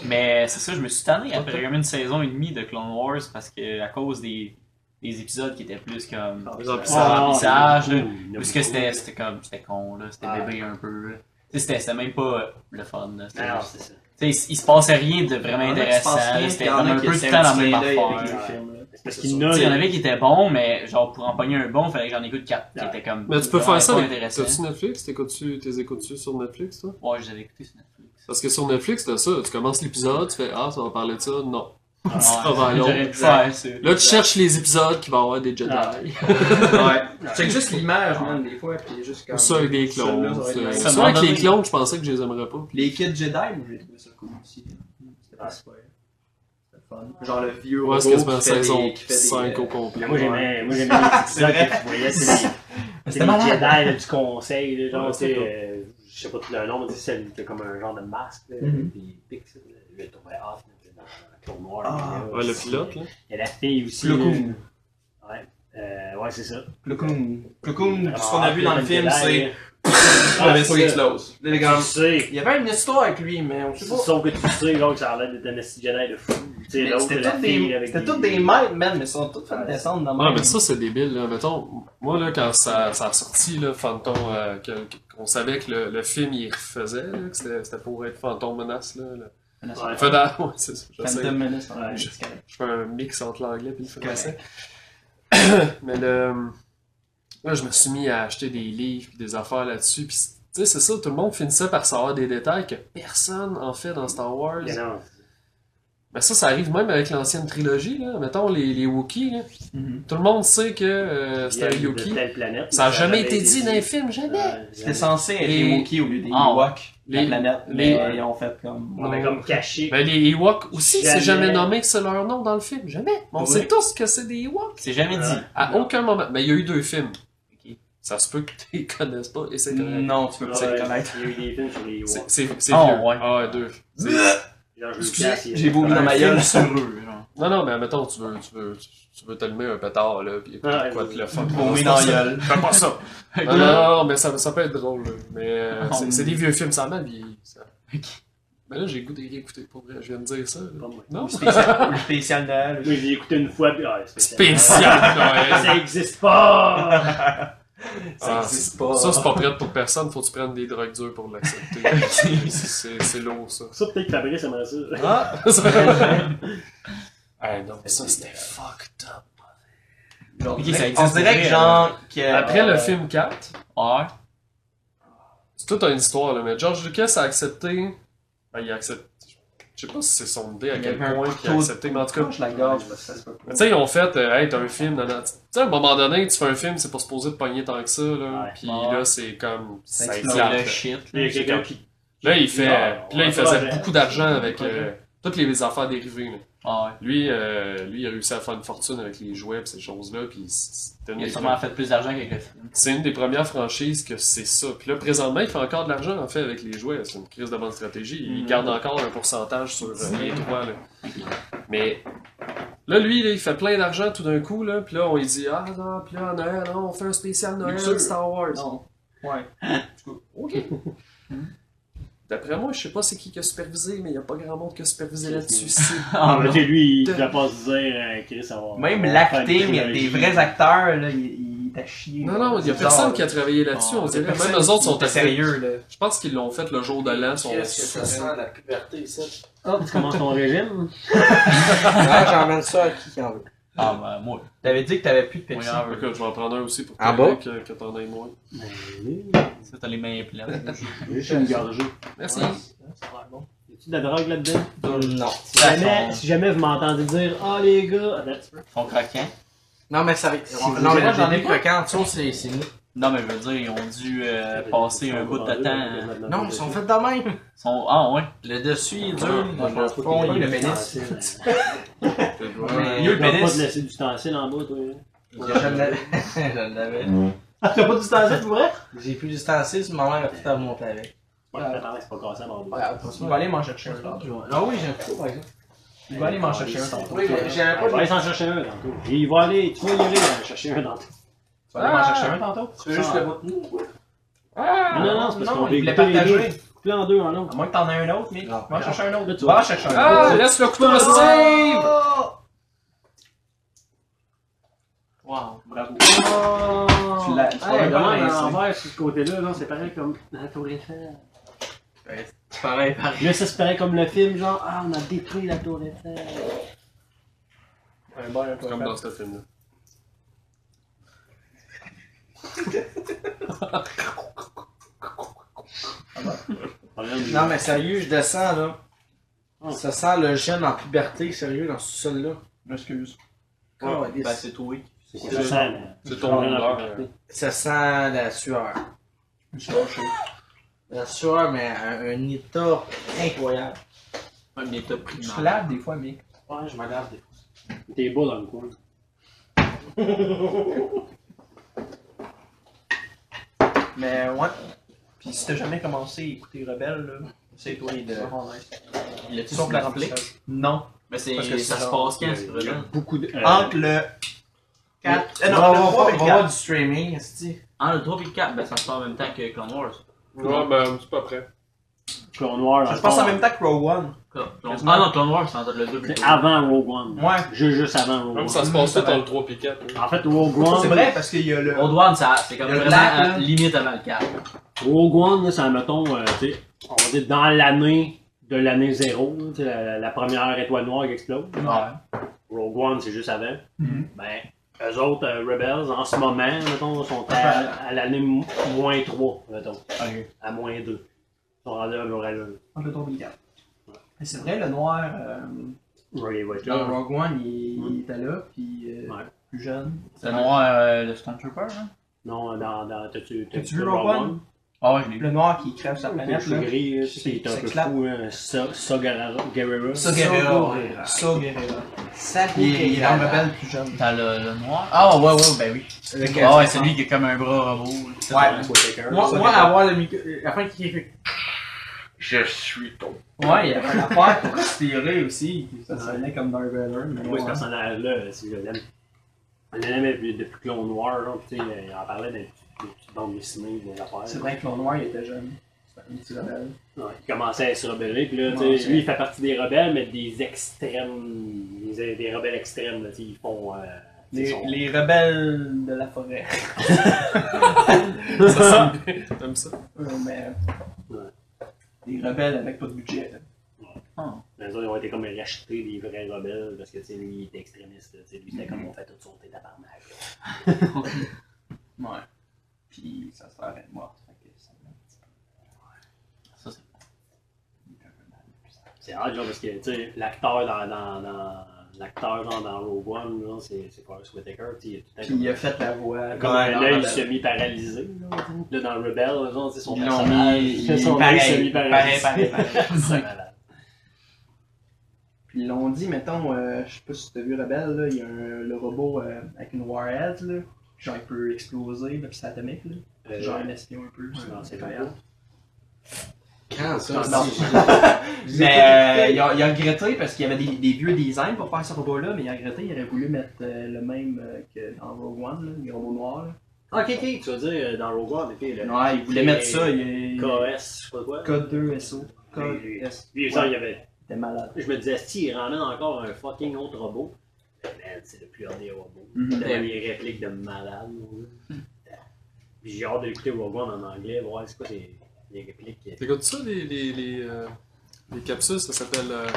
Speaker 4: Mais c'est ça, je me suis tanné après comme une saison et demie de Clone Wars parce que à cause des, des épisodes qui étaient plus comme
Speaker 5: Remplissage.
Speaker 2: ah,
Speaker 4: remplissage,
Speaker 2: il y en a
Speaker 4: là.
Speaker 2: beaucoup, il y
Speaker 4: Parce
Speaker 2: en
Speaker 4: que
Speaker 2: a
Speaker 4: c'était
Speaker 2: beaucoup.
Speaker 4: c'était comme c'était con là, c'était
Speaker 2: Ah.
Speaker 4: bébé un peu. là. Tu sais, C'était c'était même pas euh, le fun là. C'était
Speaker 2: Non, non,
Speaker 4: juste-
Speaker 2: c'est ça.
Speaker 4: tu sais, Il, il se passait rien de vraiment
Speaker 3: Il y en a qui se
Speaker 4: intéressant.
Speaker 3: passent rien,
Speaker 4: là,
Speaker 3: puis
Speaker 4: C'était
Speaker 3: il y en
Speaker 4: comme
Speaker 3: a
Speaker 4: un
Speaker 3: qui
Speaker 4: peu
Speaker 3: essaient
Speaker 4: tout le temps la
Speaker 3: petit
Speaker 4: même
Speaker 3: clin d'œil avec
Speaker 4: affaire.
Speaker 3: les
Speaker 2: ouais.
Speaker 3: films, là.
Speaker 2: Parce qu'il y
Speaker 4: Tu sais, Il y en
Speaker 2: en a.
Speaker 4: avait qui étaient bons, mais genre pour en pogner un bon, fallait que j'en écoute quatre qui
Speaker 2: Ouais.
Speaker 4: étaient comme.
Speaker 5: Mais tu peux
Speaker 4: vraiment
Speaker 5: faire ça.
Speaker 4: pas
Speaker 5: avec-
Speaker 4: intéressants.
Speaker 5: T'as-tu Netflix? T'écoutes-tu, t'es écoutes-tu sur Netflix, toi?
Speaker 4: Ouais, je les avais écoutés sur Netflix.
Speaker 5: Parce que sur Netflix, t'as ça. Tu commences l'épisode, tu fais Ah, ça va parler de ça. Non. [laughs]
Speaker 2: Ah,
Speaker 5: C'est pas mal long.
Speaker 4: J'aurais pu faire ça.
Speaker 5: Là, tu cherches les épisodes qui vont avoir des Jedi.
Speaker 2: Ah.
Speaker 3: Ouais. Check juste l'image, man, des fois, puis juste comme.
Speaker 5: Ou ça avec des clones.
Speaker 3: Celui-là, ça va être
Speaker 5: C'est-
Speaker 3: nice.
Speaker 5: Ça, avec les clones, je pensais que je les aimerais pas.
Speaker 3: Les kids Jedi, moi, j'ai trouvé ça cool aussi. C'était pas super. C'était fun. Genre le vieux
Speaker 5: Ouais,
Speaker 3: robot
Speaker 5: c'est quasiment
Speaker 3: qui fait des-
Speaker 5: saison
Speaker 3: qui fait des,
Speaker 5: 5
Speaker 3: euh,
Speaker 5: au complet.
Speaker 2: Mais Moi, j'aimais moi, j'aimais les
Speaker 3: C'est
Speaker 2: épisodes
Speaker 3: vrai.
Speaker 2: que tu voyais. c'est des- C'est
Speaker 3: C'était
Speaker 2: des Jedi
Speaker 3: malade.
Speaker 2: là, du conseil. là,
Speaker 5: Ouais,
Speaker 2: Genre, tu
Speaker 5: c'est
Speaker 2: sais,
Speaker 5: cool.
Speaker 2: euh, je sais pas tout le nom, mais tu sais, celui qui a comme un genre de masque. là,
Speaker 3: Mhm.
Speaker 2: Puis il pique ça. là. Je le trouvais off. là, dans la Clone Noir.
Speaker 3: Ah,
Speaker 2: là,
Speaker 5: Ouais, le
Speaker 2: aussi.
Speaker 5: pilote, là.
Speaker 2: Il y a la fille aussi. là.
Speaker 3: Plokoum.
Speaker 2: Euh, Ouais, c'est ça.
Speaker 3: Plokoum. Plokoum, ce qu'on
Speaker 2: Ah,
Speaker 3: a vu dans le
Speaker 2: Jedi,
Speaker 3: film,
Speaker 2: là.
Speaker 3: c'est.
Speaker 2: Ah,
Speaker 3: Le vaisseau
Speaker 2: c'est ça.
Speaker 3: explose. Là, les gars,
Speaker 2: Tu sais,
Speaker 3: Il y avait une histoire avec lui, mais on sait pas.
Speaker 2: Sauf que tu sais, donc, ça a l'air d'être un esti Jedi de fou. Tu sais,
Speaker 3: Mais
Speaker 2: l'autre,
Speaker 3: C'était
Speaker 2: la
Speaker 3: toutes
Speaker 2: fille
Speaker 3: des,
Speaker 2: avec
Speaker 3: c'était toutes des maîtres, man, mais ils sont toutes faites
Speaker 2: Ouais.
Speaker 3: descendre dans le
Speaker 5: Ouais,
Speaker 3: même.
Speaker 5: Ah, mais ça, c'est débile, là. Mettons, moi, là, quand ça, ça a sorti, là, Phantom, euh, que- qu'on savait que le, le film, il refaisait, là, que c'était c'était pour être Phantom Menace, là. là.
Speaker 3: Ah.
Speaker 2: Ouais.
Speaker 5: Fait dans- [laughs] ouais, c'est ça, je sais.
Speaker 3: Phantom Menace, ouais,
Speaker 2: Ouais.
Speaker 3: c'est correct.
Speaker 5: Je fais un mix entre l'anglais et le français. [coughs] Mais le... là, je me suis mis à acheter des livres puis des affaires là-dessus. Puis, tu sais, c'est ça, tout le monde finissait par savoir des détails que personne en fait dans Star Wars.
Speaker 2: Mais non.
Speaker 5: Mais ça, ça arrive même avec l'ancienne trilogie, là. Mettons, les, les Wookiees, là.
Speaker 3: Mhm.
Speaker 5: Tout le monde sait que euh, c'est un
Speaker 2: Mm-hmm. Il y a de
Speaker 5: Yoki.
Speaker 2: telle planète,
Speaker 5: Ça n'a
Speaker 2: mais
Speaker 5: jamais
Speaker 2: avait
Speaker 5: été dit dans les films, jamais.
Speaker 2: Ouais,
Speaker 3: C'était
Speaker 2: jamais.
Speaker 3: censé être
Speaker 5: Les-
Speaker 3: les Wookiees au lieu des
Speaker 4: Ah, ouais.
Speaker 3: Ewoks, la
Speaker 5: Les-
Speaker 3: planète,
Speaker 5: les-
Speaker 3: mais euh, ils ont fait comme...
Speaker 2: On a comme caché.
Speaker 5: Ben, les Ewoks aussi, c'est
Speaker 2: Jamais.
Speaker 5: jamais nommé que c'est leur nom dans le film. Jamais. On
Speaker 3: Oui.
Speaker 5: sait tous que c'est des Ewoks.
Speaker 4: C'est jamais dit.
Speaker 2: Ouais.
Speaker 5: À
Speaker 2: Non.
Speaker 5: aucun moment. Ben, il y a eu deux films.
Speaker 4: Ok. Hmm.
Speaker 5: Ça se peut que tu les [laughs] connaisses pas et c'est correct.
Speaker 3: Non, tu peux
Speaker 2: Ouais,
Speaker 3: pas le connaître.
Speaker 2: Il y a eu des films sur les
Speaker 5: C'est
Speaker 2: Ewoks.
Speaker 5: c'est- c'est
Speaker 4: Ah,
Speaker 5: vieux.
Speaker 4: ouais.
Speaker 5: Ah, deux.
Speaker 2: Genre, je le
Speaker 3: Excusez,
Speaker 2: casse, il y a-
Speaker 3: j'ai vomi dans ma gueule.
Speaker 4: Film sur eux, genre.
Speaker 5: Non, non, mais mettons, tu veux, tu veux, tu veux t'allumer un pétard, là, pis écouter
Speaker 2: Ah,
Speaker 5: quoi
Speaker 2: oui.
Speaker 5: de le fun.
Speaker 3: Vomi dans la gueule.
Speaker 5: Fais pas ça! non, non, non, mais ça, ça peut être drôle, là. Mais euh, c'est- c'est des vieux films, ça m'a vieilli, ça. Mais là, j'ai le goût de écouter, pour vrai, je viens de dire ça. là.
Speaker 2: Pas moi.
Speaker 5: Non?
Speaker 3: [laughs] Spécial- Spécial Noël.
Speaker 2: Moi, je l'ai écouté une fois, puis ah, spécial.
Speaker 5: Spécial
Speaker 2: Ça [laughs]
Speaker 5: Noël!
Speaker 2: existe pas! [laughs]
Speaker 3: Ça
Speaker 5: Ah,
Speaker 3: existe pas.
Speaker 5: Ça, c'est pas prêt pour personne, faut que tu prennes des drogues dures pour l'accepter. c'est c'est lourd, ça.
Speaker 2: Ça, peut-être que Fabrice aimerait ça.
Speaker 5: Ah! [laughs] ah non, ça, c'était fucked up.
Speaker 3: Genre,
Speaker 4: Ok, ça
Speaker 3: direct-
Speaker 4: existe
Speaker 3: on dirait
Speaker 4: vrai,
Speaker 3: que genre... que-
Speaker 5: Après
Speaker 3: euh,
Speaker 5: le film 4,
Speaker 4: Ouais.
Speaker 5: C'est toute une histoire, là, mais George Lucas a accepté. Ben, il a accepté. Je sais pas si c'est son idée à
Speaker 3: Il y
Speaker 5: quel
Speaker 3: avait un
Speaker 5: point il a
Speaker 3: couteau-
Speaker 5: accepté, mais en tout cas.
Speaker 3: je la gorge, parce que ça se peut pas.
Speaker 5: Mais tu sais, ils ont fait, euh, hey, t'as un film, nan, nan. Tu sais, à un moment donné, tu fais un film, c'est pas supposé te pogner tant que ça, là.
Speaker 2: Ouais.
Speaker 5: Puis
Speaker 4: Ouais.
Speaker 5: là, c'est comme.
Speaker 3: Ça
Speaker 5: Ça
Speaker 3: explose.
Speaker 5: éclate,
Speaker 4: le
Speaker 5: là.
Speaker 4: shit.
Speaker 2: Il y a
Speaker 4: là.
Speaker 2: quelqu'un qui.
Speaker 5: Là, il fait.
Speaker 2: Ah,
Speaker 5: puis là,
Speaker 2: on
Speaker 5: il
Speaker 2: va
Speaker 5: faisait
Speaker 2: faire-
Speaker 5: beaucoup d'argent avec
Speaker 2: Ouais.
Speaker 5: euh, toutes les affaires dérivées, là.
Speaker 4: Ah ouais.
Speaker 5: Lui, euh, lui, il a réussi à faire une fortune avec les jouets et ces choses-là. Puis c'est- c'est une,
Speaker 4: Il a
Speaker 5: des-
Speaker 4: sûrement fait plus d'argent qu'avec le film.
Speaker 5: c'est une des premières franchises que c'est ça. Puis là, présentement, il fait encore de l'argent en fait avec les jouets. C'est une crise de bonne stratégie. Il
Speaker 3: Mm-hmm.
Speaker 4: Mhm.
Speaker 5: garde encore un pourcentage sur euh,
Speaker 4: C'est-
Speaker 5: les droits. là. Mais là, lui, là, il fait plein d'argent tout d'un coup. Là, puis là, on lui dit Ah non, puis là, à Noël, non, on fait un spécial Noël
Speaker 8: Luxure.
Speaker 5: Star Wars.
Speaker 8: Non. Ouais.
Speaker 5: OK.
Speaker 3: Mm-hmm.
Speaker 5: D'après moi, je sais pas c'est qui qui a supervisé, mais il n'y a pas grand monde qui a supervisé là-dessus. C'est
Speaker 4: Ah,
Speaker 2: Ah,
Speaker 4: là.
Speaker 2: tu sais, lui, il devait pas se dire euh, Chris, ça va.
Speaker 3: Même
Speaker 2: on va faire
Speaker 3: l'acting,
Speaker 2: une
Speaker 3: il y a des
Speaker 2: trilogie.
Speaker 3: vrais acteurs, là, il il est à chier.
Speaker 5: Non, non, il n'y a
Speaker 3: C'est
Speaker 5: personne
Speaker 3: bizarre,
Speaker 5: qui a travaillé là-dessus,
Speaker 4: Ah,
Speaker 5: on
Speaker 3: là.
Speaker 5: dirait.
Speaker 3: Personne
Speaker 5: Même eux autres
Speaker 3: qui
Speaker 5: sont
Speaker 3: était sérieux, là.
Speaker 5: Je pense qu'ils l'ont fait le jour de l'an. Sont...
Speaker 3: Qu'est-ce que ça sent,
Speaker 9: la puberté, ça?
Speaker 2: Ah, tu commences ton régime
Speaker 9: Ah, j'emmène ça à qui qui en veut.
Speaker 4: [laughs] Ah, bah, moi.
Speaker 3: T'avais dit que t'avais plus de
Speaker 4: Moi,
Speaker 3: Pepsi.
Speaker 4: j'en veux.
Speaker 5: Ok, euh, je vais en prendre un aussi pour
Speaker 9: Ah
Speaker 5: Québec, euh, que t'en aies moins.
Speaker 4: Ça, t'as les mains pleines.
Speaker 2: Ben, Juste une gorgée.
Speaker 5: Merci.
Speaker 2: Y a-tu de la drogue là-dedans
Speaker 9: Non.
Speaker 2: si jamais,
Speaker 4: sont-
Speaker 2: si jamais vous m'entendez dire Ah les gars,
Speaker 4: Euh,
Speaker 2: attends, tu peux.
Speaker 4: Ils sont croquants.
Speaker 9: Non, mais ça.
Speaker 3: vous
Speaker 9: non, mais
Speaker 3: voulez,
Speaker 9: j'en
Speaker 3: j'en ai
Speaker 9: ai croquant en dessous, c'est c'est nous.
Speaker 4: Non, mais je veux dire, ils ont dû euh, passer un bout de temps. euh,
Speaker 9: Non, ils sont faits de
Speaker 2: [laughs]
Speaker 9: même.
Speaker 4: ils sont... Ah, ouais.
Speaker 9: Le dessus, il est dur.
Speaker 5: Ah,
Speaker 9: Le
Speaker 2: pense pas
Speaker 9: fond,
Speaker 2: qu'il
Speaker 9: il
Speaker 2: y
Speaker 9: est
Speaker 2: ait
Speaker 9: béni.
Speaker 2: d'ustensile.
Speaker 9: Mais-
Speaker 2: Tu peux pas te laisser d'ustensile en bas, toi. hein?
Speaker 9: Je l'avais. [laughs] Je l'avais.
Speaker 2: Ah, t'as pas d'ustensile pour vrai
Speaker 9: J'ai plus d'ustensiles, ma mère a tout à monter avec.
Speaker 2: Ouais, apparemment, c'est pas cassé à mon bas.
Speaker 3: Il Ah, va aller m'en chercher un tantôt.
Speaker 9: Ah oui, j'ai un couteau, par exemple.
Speaker 3: Il va aller m'en chercher un tantôt.
Speaker 9: Oui, mais j'avais
Speaker 2: Ah, Il va aller s'en chercher un tantôt. Il va aller, tu vas y aller en chercher un tantôt.
Speaker 3: Tu vas aller
Speaker 4: Ah!
Speaker 3: m'en chercher un tantôt? Ah,
Speaker 9: Tu veux juste le bout
Speaker 2: Non, non, non, c'est parce qu'on
Speaker 3: Non,
Speaker 2: veut
Speaker 3: il voulait
Speaker 2: couper les deux.
Speaker 3: partager.
Speaker 2: Coupé en deux en long.
Speaker 3: À moins que t'en aies un autre, mais
Speaker 9: Non.
Speaker 3: va en chercher un autre.
Speaker 2: Là, tu
Speaker 3: Va en
Speaker 2: vois.
Speaker 3: chercher un
Speaker 5: Ah,
Speaker 3: autre.
Speaker 5: laisse le couteau me save!
Speaker 4: Wow, bravo.
Speaker 3: Tu l'as- tu
Speaker 2: Ah, ouais,
Speaker 3: l'as
Speaker 2: vraiment,
Speaker 3: pas
Speaker 2: à
Speaker 3: rincé.
Speaker 2: l'envers, sur ce côté-là, là, c'est pareil comme la Tour Eiffel.
Speaker 9: Pareil, pareil.
Speaker 2: Là, ça, c'est pareil comme le film, genre, ah, on a détruit la Tour Eiffel.
Speaker 3: Un bon, un
Speaker 5: Comme dans ce film-là.
Speaker 9: Non, mais sérieux, je descends, là. Ça sent le jeune en puberté, sérieux, dans ce sol-là.
Speaker 3: M'excuse.
Speaker 9: Ah ouais,
Speaker 3: Ben, c'est tout, oui.
Speaker 2: C'est quoi ça, ça, là?
Speaker 5: C'est ton odeur. euh,
Speaker 9: Ça sent la sueur.
Speaker 3: Je me suis lâché.
Speaker 9: La sueur, mais un, un état incroyable.
Speaker 4: Un état
Speaker 3: Tu
Speaker 4: primaire.
Speaker 3: te laves des fois, mec.
Speaker 9: Ouais, je me lave des fois.
Speaker 2: T'es beau dans le coin.
Speaker 3: Mais ouais. Puis si t'as jamais commencé à écouter Rebelle, là, c'est toi de.
Speaker 4: Il a-tu
Speaker 3: Sauf
Speaker 4: sur
Speaker 3: la
Speaker 4: Netflix?
Speaker 3: remplissage.
Speaker 4: Non. Mais c'est,
Speaker 3: Parce que
Speaker 4: ça
Speaker 3: c'est
Speaker 4: se
Speaker 3: genre-
Speaker 4: passe quand, c'est
Speaker 2: Il y a
Speaker 4: vraiment?
Speaker 2: beaucoup de. euh,
Speaker 3: Entre le euh, 4.
Speaker 9: On va voir- on va voir du streaming, cest
Speaker 4: Ah, le 3 et le 4, ben ça se passe en même temps que Clone Wars.
Speaker 5: Ouais, ben, c'est pas prêt.
Speaker 2: Clone Noir.
Speaker 3: Je pense en même temps que Row One.
Speaker 4: Clone- Ah non, Clone Wars, c'est entre le 2 et le
Speaker 2: C'est
Speaker 4: 3.
Speaker 2: avant Rogue One.
Speaker 3: Ouais.
Speaker 2: Juste, juste avant Rogue
Speaker 5: Même
Speaker 2: One.
Speaker 5: ça se passe tout dans le hein. 3 et 4.
Speaker 2: En fait, Rogue One.
Speaker 3: C'est vrai parce qu'il y a le.
Speaker 4: Rogue One, ça, c'est comme
Speaker 3: Le
Speaker 4: vraiment
Speaker 3: Black,
Speaker 4: à-
Speaker 3: là.
Speaker 4: limite avant le 4.
Speaker 2: Rogue One, là, c'est, mettons, euh, tu sais, on va dire dans l'année de l'année zéro, là, tu sais, la, la première étoile noire qui explose.
Speaker 4: Ouais.
Speaker 2: Rogue One, c'est juste avant.
Speaker 3: Mhm.
Speaker 2: Ben, eux autres, euh, Rebels, en ce moment, mettons, sont à, à l'année mo- moins 3, mettons. À moins 2. Ils sont rendus à peu près là.
Speaker 3: Entre le 3 et le 4. Mais c'est vrai, le noir. euh, Mhm.
Speaker 2: Ouais, ouais,
Speaker 3: Dans
Speaker 2: ouais.
Speaker 3: Rogue One, il,
Speaker 2: Mm.
Speaker 3: il était là, puis euh,
Speaker 2: Ouais.
Speaker 3: plus jeune.
Speaker 4: C'est le noir, euh, le Stormtrooper, hein?
Speaker 2: Non, dans, dans, t'as-tu,
Speaker 3: T'as-tu vu Rogue One? Oh,
Speaker 4: Ah ouais, je l'ai vu.
Speaker 3: Le noir qui crève sa
Speaker 2: Le
Speaker 3: planète, là.
Speaker 2: cheveu gris, euh, c'est il est un
Speaker 3: Ça
Speaker 2: peu
Speaker 3: claque.
Speaker 2: fou, hein. Ça, ça, Guerrero. Guerrero.
Speaker 3: Ça,
Speaker 9: Guerrero.
Speaker 3: Guerrero. Ça, Guerrero.
Speaker 9: Ça
Speaker 3: Il il est en rebelle plus jeune.
Speaker 4: T'as le, le noir? Ah ouais, ouais, ouais, ben oui. Ah ouais, c'est lui qui est comme un bras robot. là.
Speaker 3: Ouais.
Speaker 2: Ouais, quelqu'un.
Speaker 9: Moi,
Speaker 3: Ça,
Speaker 9: moi
Speaker 3: Guerrero.
Speaker 9: avoir le micro. euh, Afin qu'il fait. Je suis ton.
Speaker 3: Ouais, il y avait un affaire pour respirer aussi. Ça sonnait comme Darth Vader, mais
Speaker 2: Moi, ce
Speaker 3: ouais.
Speaker 2: personnage-là, si je l'aime. On l'aime depuis, depuis Clone Noir, là, pis tu sais, il en parlait dans les petites- des petites bandes dessinées, des affaires.
Speaker 3: C'est vrai que l'on noir, il était jeune. C'était un petit rebelle.
Speaker 2: Ouais, il commençait à se rebeller, puis là, tu
Speaker 3: Ouais,
Speaker 2: sais,
Speaker 3: c'est
Speaker 2: lui, il fait partie des rebelles, mais des extrêmes, des, des rebelles extrêmes, là, tu sais, ils font... Euh, tu sais,
Speaker 3: Les,
Speaker 2: sont-
Speaker 3: les rebelles de la forêt.
Speaker 5: Ça sonne bien. T'aimes ça?
Speaker 3: Euh, mais.
Speaker 2: Ouais.
Speaker 3: Des rebelles avec pas de budget. là.
Speaker 2: [laughs] Les autres, ils ont été comme rachetés des vrais rebelles, parce que, tu sais, lui, il était extrémiste, là, tu sais, lui, c'était comme on fait tout sauter tabarnak. là.
Speaker 3: Ouais. Puis sa sœur est morte. Fait que ça m'a un petit
Speaker 4: Ça, c'est
Speaker 3: peu mal.
Speaker 2: C'est c'est hard, genre, parce que, tu sais, l'acteur dans, dans, dans, l'acteur, genre, dans Rogue One, là, c'est, c'est Forrest Whitaker, tu sais, il est tout le temps
Speaker 3: Puis il a fait la voix.
Speaker 2: comme, comme
Speaker 3: Ouais,
Speaker 2: là, il
Speaker 3: la-
Speaker 2: s'est mis paralysé, là, là, dans Rebel, genre, c'est son
Speaker 3: Ils l'ont
Speaker 2: personnage,
Speaker 3: mis-
Speaker 2: son
Speaker 3: il est
Speaker 2: nez
Speaker 3: pareil,
Speaker 2: s'est mis
Speaker 3: pareil,
Speaker 2: paralysé.
Speaker 3: pareil, pareil.
Speaker 2: [laughs] C'est
Speaker 3: [laughs]
Speaker 2: malade.
Speaker 3: Puis ils l'ont dit, mettons, euh, je sais pas si t'as vu Rebelle, là, il y a un- le robot euh, avec une warhead, là. Genre, il peut exploser, là, puis c'est atomique, là.
Speaker 2: Euh,
Speaker 3: Genre, un espion un peu.
Speaker 2: non, c'est
Speaker 3: incroyable.
Speaker 5: Ah,
Speaker 9: Quand ça,
Speaker 3: Ah, Non. [laughs]
Speaker 9: c'est-
Speaker 3: Mais euh, il, a, il a regretté parce qu'il y avait des, des vieux designs pour faire ce robot-là, mais il a regretté, il aurait voulu mettre euh, le même euh, que dans Rogue One, là, les robots noirs. Là.
Speaker 2: Ah, ok, ok, tu vas dire, euh, dans Rogue One, ok, le
Speaker 3: Ouais, il voulait mettre ça, il,
Speaker 2: KS, je sais pas quoi.
Speaker 3: Code 2 SO. Code
Speaker 2: Lui,
Speaker 3: S.
Speaker 2: Lui,
Speaker 3: Ouais,
Speaker 2: genre, il y avait
Speaker 3: C'était malade.
Speaker 2: Je me disais, si, il ramène encore un fucking autre robot. Mais man, c'est le plus hard des robots.
Speaker 3: Mhm.
Speaker 2: Il avait des répliques de malade. là. Puis j'ai hâte d'écouter Rogue One en anglais, voir c'est quoi les, les répliques.
Speaker 5: T'écoutes ça, les, les, les, euh, les capsules, ça s'appelle euh, Ah,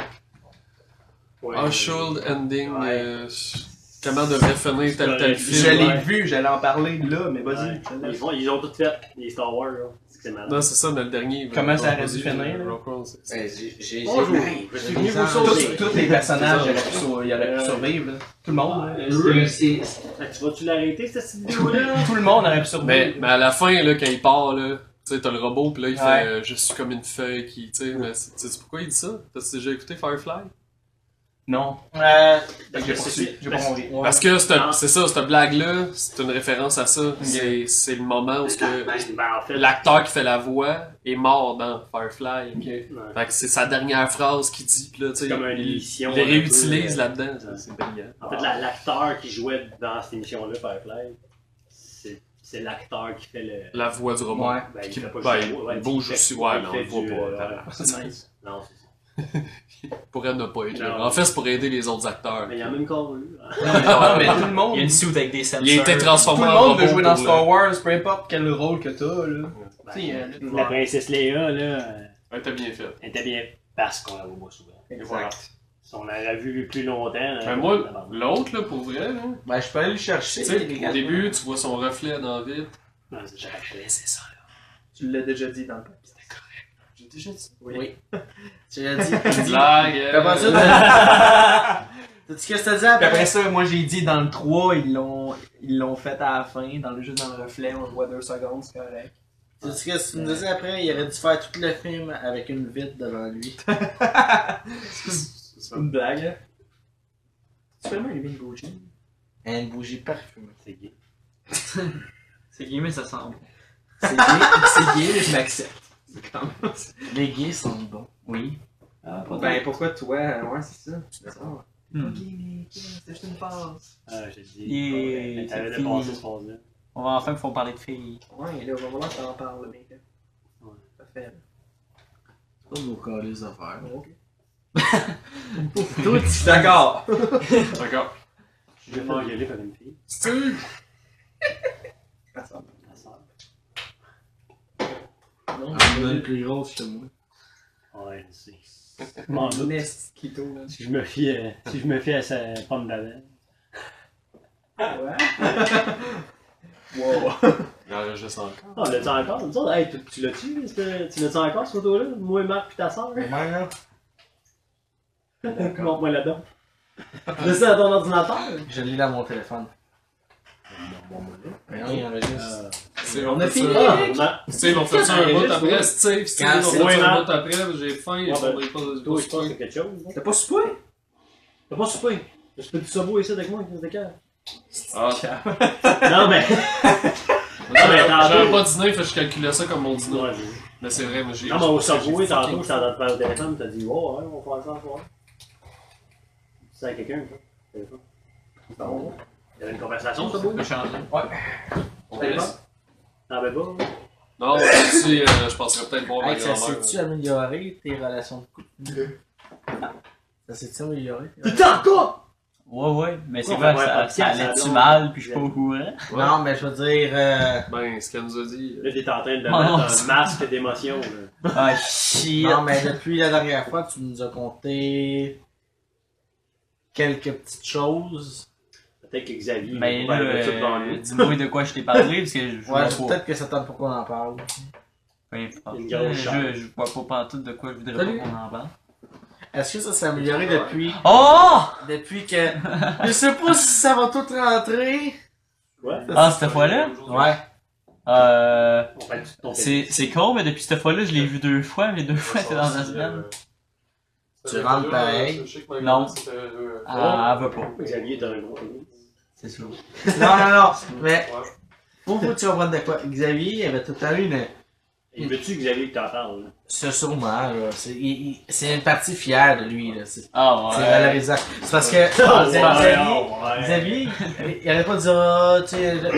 Speaker 2: Ouais,
Speaker 5: Unshuld Ending.
Speaker 2: Ouais.
Speaker 5: euh, comment devrait finir tel tel
Speaker 2: Ouais.
Speaker 3: Je
Speaker 5: film.
Speaker 3: l'ai
Speaker 2: ouais.
Speaker 3: vu, j'allais en parler là, mais
Speaker 2: Ouais.
Speaker 3: vas-y. je te
Speaker 2: Ils,
Speaker 3: laisse.
Speaker 2: font, ils ont tout fait, les Star Wars. là. C'est que c'est malade.
Speaker 5: Non, c'est ça, mais le dernier.
Speaker 3: Comment
Speaker 5: euh,
Speaker 3: ça aurait dû
Speaker 5: Rogue One,
Speaker 3: finir,
Speaker 5: euh,
Speaker 3: là?
Speaker 5: Rogue One, c'est- c'est-
Speaker 9: Hey, Ben, j'ai- j'ai-
Speaker 2: Bonjour,
Speaker 9: j'ai-
Speaker 2: je suis
Speaker 9: j'ai
Speaker 2: venu
Speaker 9: des
Speaker 2: vous
Speaker 9: ans-
Speaker 2: sauver.
Speaker 3: Tous, tous les personnages,
Speaker 5: C'est ça.
Speaker 3: il aurait pu sur- il aurait pu
Speaker 2: Euh,
Speaker 3: survivre. là. Tout le monde. là.
Speaker 7: Euh, c'est- c'est-
Speaker 2: Fait que tu vas-tu l'arrêter,
Speaker 5: [laughs]
Speaker 2: cette
Speaker 3: Tout
Speaker 2: vidéo-là?
Speaker 3: le monde aurait pu survivre.
Speaker 5: Mais, mais à la fin, là, quand il part, là, tu sais, t'as le robot, puis là, il
Speaker 3: Ouais.
Speaker 5: fait euh, Je suis comme une feuille qui. Tu sais, mais c'est- sais-tu pourquoi il dit ça Parce que j'ai écouté Firefly.
Speaker 3: Non.
Speaker 2: Euh,
Speaker 3: Fait que J'ai poursuivi, j'ai pas
Speaker 2: parce-
Speaker 3: compris.
Speaker 5: Parce que c'est un-
Speaker 2: Ah.
Speaker 5: c'est ça, cette blague-là, c'est une référence à ça. C'est- C'est le moment où ce que
Speaker 2: Ben, en fait,
Speaker 5: l'acteur qui fait la voix est mort dans Firefly.
Speaker 2: Ouais.
Speaker 5: Fait que c'est sa dernière phrase qu'il dit, puis là, tu sais,
Speaker 2: C'est comme une
Speaker 5: il,
Speaker 2: émission,
Speaker 5: il les
Speaker 2: un peu,
Speaker 5: réutilise
Speaker 2: euh,
Speaker 5: là-dedans.
Speaker 2: ouais.
Speaker 5: C'est brillant.
Speaker 2: En fait, la- l'acteur qui jouait dans cette émission-là, Firefly, c'est c'est l'acteur qui fait le.
Speaker 5: La voix du robot.
Speaker 3: Ouais.
Speaker 2: Ben,
Speaker 5: Qui-
Speaker 2: il fait pas
Speaker 5: ben,
Speaker 2: juste le- ouais,
Speaker 5: il bouge
Speaker 2: fait-
Speaker 5: aussi, ouais,
Speaker 2: il
Speaker 5: mais on
Speaker 2: fait
Speaker 5: le voit
Speaker 2: du,
Speaker 5: pas,
Speaker 2: euh,
Speaker 5: apparemment.
Speaker 3: C'est
Speaker 5: [laughs]
Speaker 3: nice.
Speaker 2: Non, c'est ça.
Speaker 5: Pour elle, ne pas être là.
Speaker 2: Non.
Speaker 5: En fait, c'est pour aider les autres acteurs.
Speaker 2: Mais il y a même encore eu. hein.
Speaker 3: Non, mais, non, mais tout le monde.
Speaker 4: Il y a une suite avec des sensors.
Speaker 5: Il a été
Speaker 3: Tout
Speaker 5: transformé
Speaker 3: le
Speaker 5: en
Speaker 3: monde
Speaker 5: robot.
Speaker 3: veut jouer dans
Speaker 5: pour
Speaker 3: Star Wars, peu importe quel rôle que t'as, là.
Speaker 2: Ben,
Speaker 3: Tu sais, euh,
Speaker 2: La princesse Leia, là, euh,
Speaker 5: le- Ouais, t'as bien fait.
Speaker 2: elle était bien parce qu'on la voit pas souvent.
Speaker 5: Et voilà.
Speaker 2: Si on l'avait vu plus longtemps. euh, là,
Speaker 5: Mais
Speaker 2: la
Speaker 5: moi,
Speaker 2: bande-
Speaker 5: l'autre, là, pour vrai, là,
Speaker 3: Ben, je peux aller le
Speaker 5: tu
Speaker 3: chercher.
Speaker 5: sais, au début, tu vois son reflet dans la vitre.
Speaker 2: Non, c'est- j'aurais jamais laissé ça. là.
Speaker 3: Tu l'as déjà dit dans le podcast.
Speaker 5: J'ai déjà dit.
Speaker 9: Oui. Tu l'as dit. tu dis-
Speaker 5: Blague.
Speaker 9: T'as pas ça,
Speaker 5: euh,
Speaker 9: t'as- T'as-tu ce que je te dis
Speaker 3: Puis
Speaker 9: après?
Speaker 3: après ça, moi j'ai dit dans le 3, ils l'ont ils l'ont fait à la fin, dans le juste dans le reflet, on le voit deux secondes, c'est correct.
Speaker 9: T'as-tu ce que tu me disais après? Il aurait dû faire tout le film avec une vitre devant lui.
Speaker 3: C'est une blague. hein. Tu fais vraiment une Gucci.
Speaker 9: Et une bougie parfumée.
Speaker 2: C'est gay.
Speaker 4: C'est guillemets, ça sent bon.
Speaker 3: C'est gay, c'est gay, mais je l'accepte. C'est quand même-
Speaker 4: [laughs]
Speaker 9: Les gays sont bons.
Speaker 4: Oui. Ah, pas
Speaker 3: Ben pourquoi toi, ouais c'est ça. C'est bizarre.
Speaker 4: Hmm.
Speaker 3: Ok, mais c'est juste une phase.
Speaker 2: Ah, j'ai dit.
Speaker 4: Et-
Speaker 2: Elle avait
Speaker 4: c'est
Speaker 2: dépassé
Speaker 4: fini.
Speaker 2: ce phase-là.
Speaker 4: On va enfin pouvoir parler de [laughs] filles.
Speaker 3: Ouais, là, on va voir que t'en parles, mais là.
Speaker 2: Ouais.
Speaker 3: Ça fait.
Speaker 9: C'est pas nos cas, les affaires.
Speaker 3: Ok.
Speaker 9: Toi, tu
Speaker 3: D'accord!
Speaker 5: D'accord.
Speaker 2: Je vais m'engueuler par une fille.
Speaker 5: Steve.
Speaker 2: Ma sœur. Ah,
Speaker 3: Non,
Speaker 9: es plus grosse que moi.
Speaker 2: Ouais, je sais. Je m'en doute.
Speaker 3: Mestquito, là.
Speaker 2: Si je me fie, euh, si je me fie à sa pomme d'avant.
Speaker 3: Ouais. wow.
Speaker 5: Non, je sens encore.
Speaker 2: Ah, on l'a-tu encore? nous autres? Hey, tu, tu l'as-tu? cette- Tu l'as-tu encore, cette photo-là? Moi, Marc, puis ta soeur?
Speaker 9: Mais là,
Speaker 2: Montre-moi là-dedans. Laisse ça dans ton ordinateur.
Speaker 9: je l'ai dans mon téléphone.
Speaker 1: Ben
Speaker 9: Mais non, il y en a juste.
Speaker 2: Euh,
Speaker 5: Steve,
Speaker 3: On a
Speaker 5: fait
Speaker 3: fini.
Speaker 5: ça.
Speaker 2: non,
Speaker 5: Steve, on fait ça un
Speaker 9: Juste
Speaker 5: bout
Speaker 9: pour-
Speaker 5: après. Steve, Steve,
Speaker 9: Quand
Speaker 5: on
Speaker 9: c'est
Speaker 5: fait ça un
Speaker 2: vraiment-
Speaker 5: bout après. J'ai faim. et
Speaker 2: Ouais,
Speaker 5: Je
Speaker 2: ben,
Speaker 5: voudrais pas-
Speaker 2: toi,
Speaker 5: je
Speaker 2: je pense
Speaker 5: pense
Speaker 2: que c'est quelque chose. non?
Speaker 3: T'as pas soupé?
Speaker 2: T'as pas soupé? Je fais du sabot ici avec moi, crise de cœur.
Speaker 5: Ah,
Speaker 2: [laughs] Non, mais. mais tantôt-
Speaker 5: Ah, J'avais pas dîné, fait que je calculais ça comme mon dîner.
Speaker 2: Non,
Speaker 5: Mais c'est vrai, moi j'ai.
Speaker 2: mais au
Speaker 5: j'ai
Speaker 2: sabot,
Speaker 5: fucking-
Speaker 2: tantôt, j'étais en train de faire le téléphone, t'as dit, oh, ouais, on va faire ça, on va faire ça. C'est à quelqu'un, ça, le téléphone.
Speaker 3: Non.
Speaker 2: Il y avait une conversation, ça, vous?
Speaker 4: Je vais changer.
Speaker 5: On
Speaker 3: T'as
Speaker 5: laisse.
Speaker 2: T'en avais pas? hein?
Speaker 5: Non, si, euh, je penserais peut-être voir ma
Speaker 9: Hey, ça
Speaker 5: grand-mère.
Speaker 9: s'est-tu amélioré tes relations de couple? Ça s'est-tu amélioré?
Speaker 2: Putain, quoi?
Speaker 4: Ouais, ouais. Mais c'est
Speaker 2: Ouais,
Speaker 4: vrai,
Speaker 2: ouais,
Speaker 4: ça,
Speaker 2: podcast,
Speaker 4: ça allait-tu
Speaker 2: ça,
Speaker 4: mal, puis je suis pas au courant.
Speaker 9: Non, mais je veux dire. euh,
Speaker 5: Ben, ce qu'elle nous a dit.
Speaker 2: Là, t'es en train de
Speaker 4: Oh, non,
Speaker 2: mettre un
Speaker 4: c'est-
Speaker 2: masque d'émotion, là.
Speaker 4: Ah, shit.
Speaker 9: Non, mais depuis la dernière fois, tu nous as conté quelques petites choses.
Speaker 2: Peut-être que Xavier.
Speaker 4: Mais
Speaker 2: il
Speaker 4: Ben, là,
Speaker 2: va mettre ça devant
Speaker 4: euh,
Speaker 2: lui.
Speaker 4: dis-moi de quoi je t'ai parlé, parce que je je vois
Speaker 9: Ouais,
Speaker 4: pas.
Speaker 9: peut-être que ça tente pour qu'on en parle.
Speaker 4: Peu importe.
Speaker 2: Une grosse
Speaker 4: Je
Speaker 2: chatte.
Speaker 4: je vois pas pantoute de quoi je voudrais pas
Speaker 5: Salut.
Speaker 4: qu'on en parle.
Speaker 1: Est-ce que ça s'est amélioré depuis,
Speaker 4: Oh!
Speaker 1: depuis que. Je sais pas si ça va tout rentrer.
Speaker 2: Ouais.
Speaker 4: Ah, cette fois-là?
Speaker 1: Ouais.
Speaker 4: Euh,
Speaker 2: On parle de ton
Speaker 4: c'est c'est con, mais depuis cette fois-là, je l'ai vu deux fois, mais deux fois, [laughs] c'est dans la semaine.
Speaker 5: euh,
Speaker 1: Tu rentres pareil.
Speaker 4: Non.
Speaker 5: Non.
Speaker 4: Ah, elle va pas.
Speaker 2: Xavier est un gros.
Speaker 1: C'est sûr. Non, non,
Speaker 9: [laughs]
Speaker 1: non. Mais
Speaker 5: Ouais.
Speaker 1: pour que tu comprennes de quoi, Xavier, il avait tout à l'heure une.
Speaker 4: Hmm.
Speaker 2: Et veux-tu Xavier que t'en parles?
Speaker 1: Ce sûrement, là. C'est il- il- c'est une partie fière de lui, là. C'est
Speaker 4: Ah,
Speaker 1: c'est
Speaker 4: ouais.
Speaker 1: valorisant. C'est parce que.
Speaker 2: Ah,
Speaker 1: Xavier- Xavier- Xavier, il- il allait pas dire, ah, tu sais, je,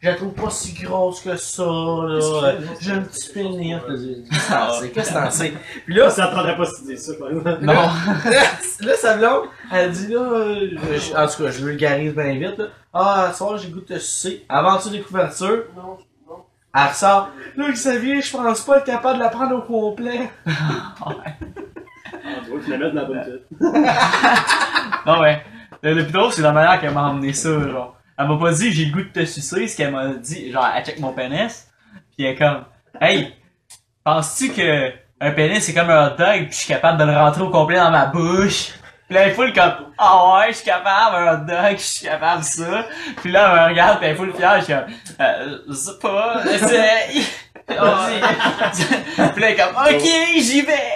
Speaker 1: je la trouve pas si grosse que ça, là. J'ai un petit pénis. Qu'est-ce que t'en sais? [laughs] Puis là,
Speaker 2: Ça s'attendait pas si tu dis ça, par exemple.
Speaker 4: Non.
Speaker 1: là, sa blonde, elle dit, là, euh, je- en tout cas, je vulgarise bien vite, là. Ah, ce soir, j'ai le goût de te sucer. Aventure des couvertures. Non, non. Elle ressort. Là, Xavier, je pense pas être capable de la prendre au complet.
Speaker 2: Ah, tu vois, tu la mets dans la bonne tête.
Speaker 4: Non, mais le, le plus drôle, c'est la manière qu'elle m'a emmené ça, genre. Elle m'a pas dit j'ai le goût de te sucer, ce qu'elle m'a dit, genre, elle check mon pénis, pis elle est comme, hey, penses-tu que un pénis c'est comme un hot dog, pis je suis capable de le rentrer au complet dans ma bouche? Pis là, elle est full comme, ah ouais, je suis capable, un hot dog, je suis capable de ça. Pis là, elle me regarde, pis elle est full fière, je suis comme, Euh, je sais pas, essaye. [laughs] Vas-y. Pis là, elle est comme, ok, j'y vais.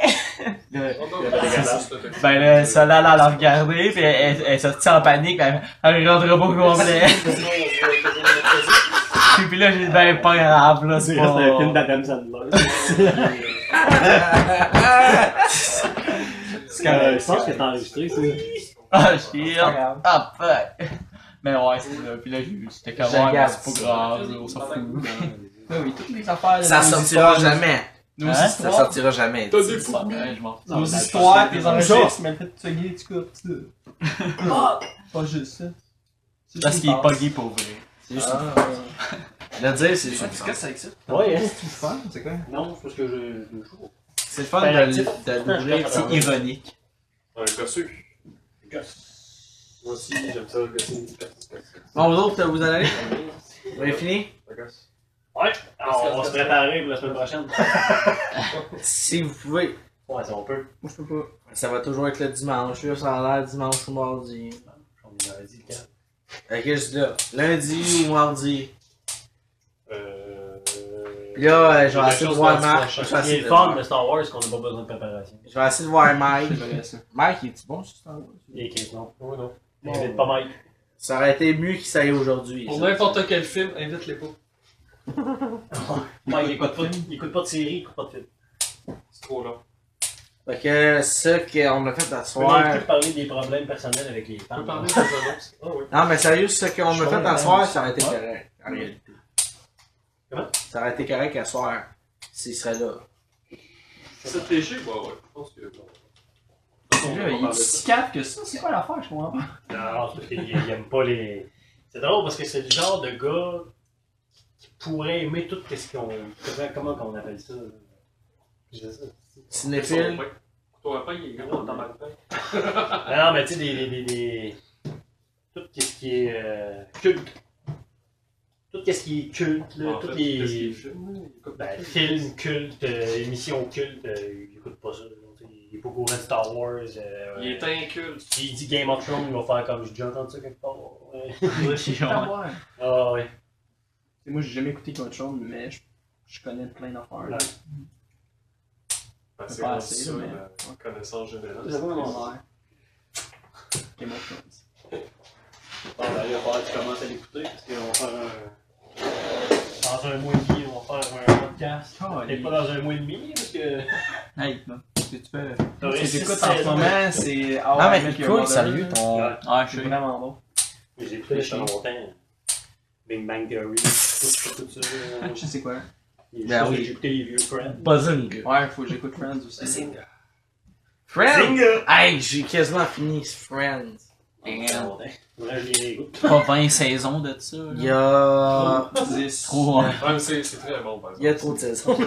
Speaker 4: Ben là, celle-là, elle a regardé, puis elle, elle, elle est sortie en panique, puis elle, elle rentre pas au complet.
Speaker 2: [laughs]
Speaker 4: [laughs] puis, puis là, j'ai dit, ben, pas grave, là, c'est
Speaker 2: Tu restes un film
Speaker 4: pas...
Speaker 2: d'Adam Sandler.
Speaker 1: [laughs]
Speaker 4: C'est
Speaker 2: Euh,
Speaker 4: correct.
Speaker 2: Je pense que t'as enregistré, ça.
Speaker 4: Ah, shit!
Speaker 1: Pas grave.
Speaker 4: Ah, fuck! Mais ouais, c'est ça. Puis là, j'ai vu, c'était comme,
Speaker 1: Je
Speaker 4: ouais, mais
Speaker 1: garde
Speaker 4: c'est pas
Speaker 5: Ah,
Speaker 4: grave, là, on s'en fout.
Speaker 8: oui, toutes les affaires.
Speaker 1: Ça
Speaker 8: nos
Speaker 1: sortira
Speaker 8: histoires,
Speaker 1: jamais.
Speaker 8: Nos
Speaker 4: Hein?
Speaker 1: Ça
Speaker 8: histoires.
Speaker 1: sortira jamais.
Speaker 5: T'as des
Speaker 4: C'est pas vrai, je m'en fous.
Speaker 8: Nos histoires, tes enregistres.
Speaker 3: mais le fait de te guider, tu coupes ça. Pas juste ça. C'est
Speaker 4: Parce
Speaker 3: juste
Speaker 4: qu'il est
Speaker 3: une
Speaker 4: pas
Speaker 3: passe.
Speaker 4: gay pour vrai.
Speaker 1: C'est juste une
Speaker 9: Ah,
Speaker 1: farce. Le dire, c'est juste une farce.
Speaker 8: c'est avec ça?
Speaker 2: Ouais, hein.
Speaker 3: Qu'est-ce que tu fais? C'est quoi?
Speaker 7: Non, c'est parce que je joue.
Speaker 1: C'est le fun de,
Speaker 2: Ben,
Speaker 1: de,
Speaker 2: actif.
Speaker 1: l'ouvrir.
Speaker 4: C'est ironique.
Speaker 5: Un gossu. Moi aussi, j'aime ça, le gossu.
Speaker 1: Bon, vous autres, vous en allez? Vous avez fini?
Speaker 2: Alors, on va se préparer pour la semaine prochaine.
Speaker 1: Si vous pouvez.
Speaker 2: Ouais, si on peut.
Speaker 1: Moi, je peux pas. Ça va toujours être le dimanche. Là, ça a l'air dimanche ou mardi.
Speaker 2: On nous avait dit le cas.
Speaker 1: Ok, je dis là, lundi ou mardi.
Speaker 5: Euh.
Speaker 1: Puis là, euh, je vais
Speaker 5: Quelque
Speaker 1: essayer de
Speaker 5: chose
Speaker 1: voir
Speaker 5: mardi
Speaker 1: Mike. Je vais
Speaker 2: Ce qui est
Speaker 1: essayer
Speaker 2: le
Speaker 1: de
Speaker 2: fun
Speaker 1: voir-
Speaker 2: de Star Wars, c'est qu'on n'a pas besoin de préparation.
Speaker 1: je vais essayer de [laughs] voir Mike.
Speaker 8: C'est vrai, ça.
Speaker 1: Mike, il est bon sur Star Wars?
Speaker 2: Et Chris, non.
Speaker 5: Ouais, non.
Speaker 2: Invite pas Mike.
Speaker 1: Ça aurait été mieux qu'il s'aille aujourd'hui.
Speaker 5: Pour
Speaker 1: ça.
Speaker 5: n'importe quel film, invite les pas.
Speaker 2: Mike, il écoute pas de- il écoute pas de série, il écoute pas de film.
Speaker 5: C'est trop long.
Speaker 1: Fait que ce qu'on a fait à
Speaker 2: On a
Speaker 1: soir.
Speaker 2: plus parler des problèmes personnels avec les
Speaker 5: On peut
Speaker 2: femmes.
Speaker 5: parler de annonces. Ah ouais.
Speaker 1: Non, mais sérieux, ce qu'on
Speaker 2: Je
Speaker 1: a fait à
Speaker 2: comprends.
Speaker 1: soir, ça aurait été
Speaker 2: Ouais.
Speaker 1: correct. En réalité.
Speaker 2: Comment?
Speaker 1: Ça aurait été correct à soir. S'il serait là.
Speaker 5: Ça te péché? Ouais, ouais. Je pense que. bon.
Speaker 8: Là, il est si cap que ça. C'est quoi l'affaire? Je comprends pas.
Speaker 2: Non, c'est parce qu'il il aime pas les. C'est drôle parce que c'est le genre de gars qui pourrait aimer tout ce qu'on. comment- Comment qu'on appelle ça Je sais
Speaker 1: Cinéphile.
Speaker 5: Couteau à pain, il est gros dans ma pain. Ah,
Speaker 2: pas. Non, non, mais tu sais, des, des, des, des- Tout ce qui est euh, culte. Tout ce qui est culte, là.
Speaker 5: En
Speaker 2: tous
Speaker 5: fait, qu'est-ce qu'il
Speaker 2: les.
Speaker 5: filme, il coupe-
Speaker 2: Ben, films cultes, euh, émissions cultes, euh, il écoute pas ça. là. Il est pas au courant de Star Wars. euh,
Speaker 5: Il est inculte.
Speaker 2: S'il dit Game of Thrones, il va faire comme j'ai déjà entendu ça quelque part. Ouais.
Speaker 4: Ouais.
Speaker 3: Ouais.
Speaker 2: Ah ouais.
Speaker 3: T'sais, Moi, j'ai jamais écouté Game of Thrones, mais je, je connais plein d'affaires. là.
Speaker 2: Ouais.
Speaker 5: Ben, C'est
Speaker 3: pas
Speaker 5: comme
Speaker 3: assez,
Speaker 5: ça,
Speaker 3: mais-
Speaker 5: ma connaissance générale.
Speaker 2: C'est vraiment
Speaker 3: Game of Thrones.
Speaker 2: Bon, ben, il va falloir que tu commences à l'écouter parce qu'on va faire un. Dans un mois et demi, on va faire un podcast. Peut-être pas dans un mois et demi parce que.
Speaker 4: Hey, non. Qu'est-ce que tu fais? là?
Speaker 2: t'aurais
Speaker 8: Ce que
Speaker 2: six
Speaker 8: j'écoute en ce
Speaker 2: saisons.
Speaker 8: moment, c'est.
Speaker 1: Non, Ah mais euh, il est cool, sérieux. Ton...
Speaker 2: Ouais,
Speaker 4: Ah, je
Speaker 8: C'est
Speaker 4: sais.
Speaker 8: vraiment bon.
Speaker 2: J'ai écouté ça longtemps. Big Bang Theory, tout, tout, tout ça. euh,
Speaker 8: Je sais quoi.
Speaker 2: je-
Speaker 1: Ben oui.
Speaker 2: J'ai écouté les vieux Friends.
Speaker 1: Buzzing.
Speaker 8: Ouais, faut que j'écoute Friends aussi.
Speaker 1: Friends!
Speaker 2: Zinga!
Speaker 1: Hey, j'ai quasiment fini Friends.
Speaker 4: Damn.
Speaker 2: Ça fait longtemps. Faudrait que je les réécoute.
Speaker 4: Pas 20 saisons de ça,
Speaker 1: Il
Speaker 4: là.
Speaker 1: y a.
Speaker 8: 10.
Speaker 4: Trop, ouais.
Speaker 5: Ouais, mais C'est c'est très bon, par
Speaker 1: Il y a
Speaker 5: exemple.
Speaker 1: trop de saisons.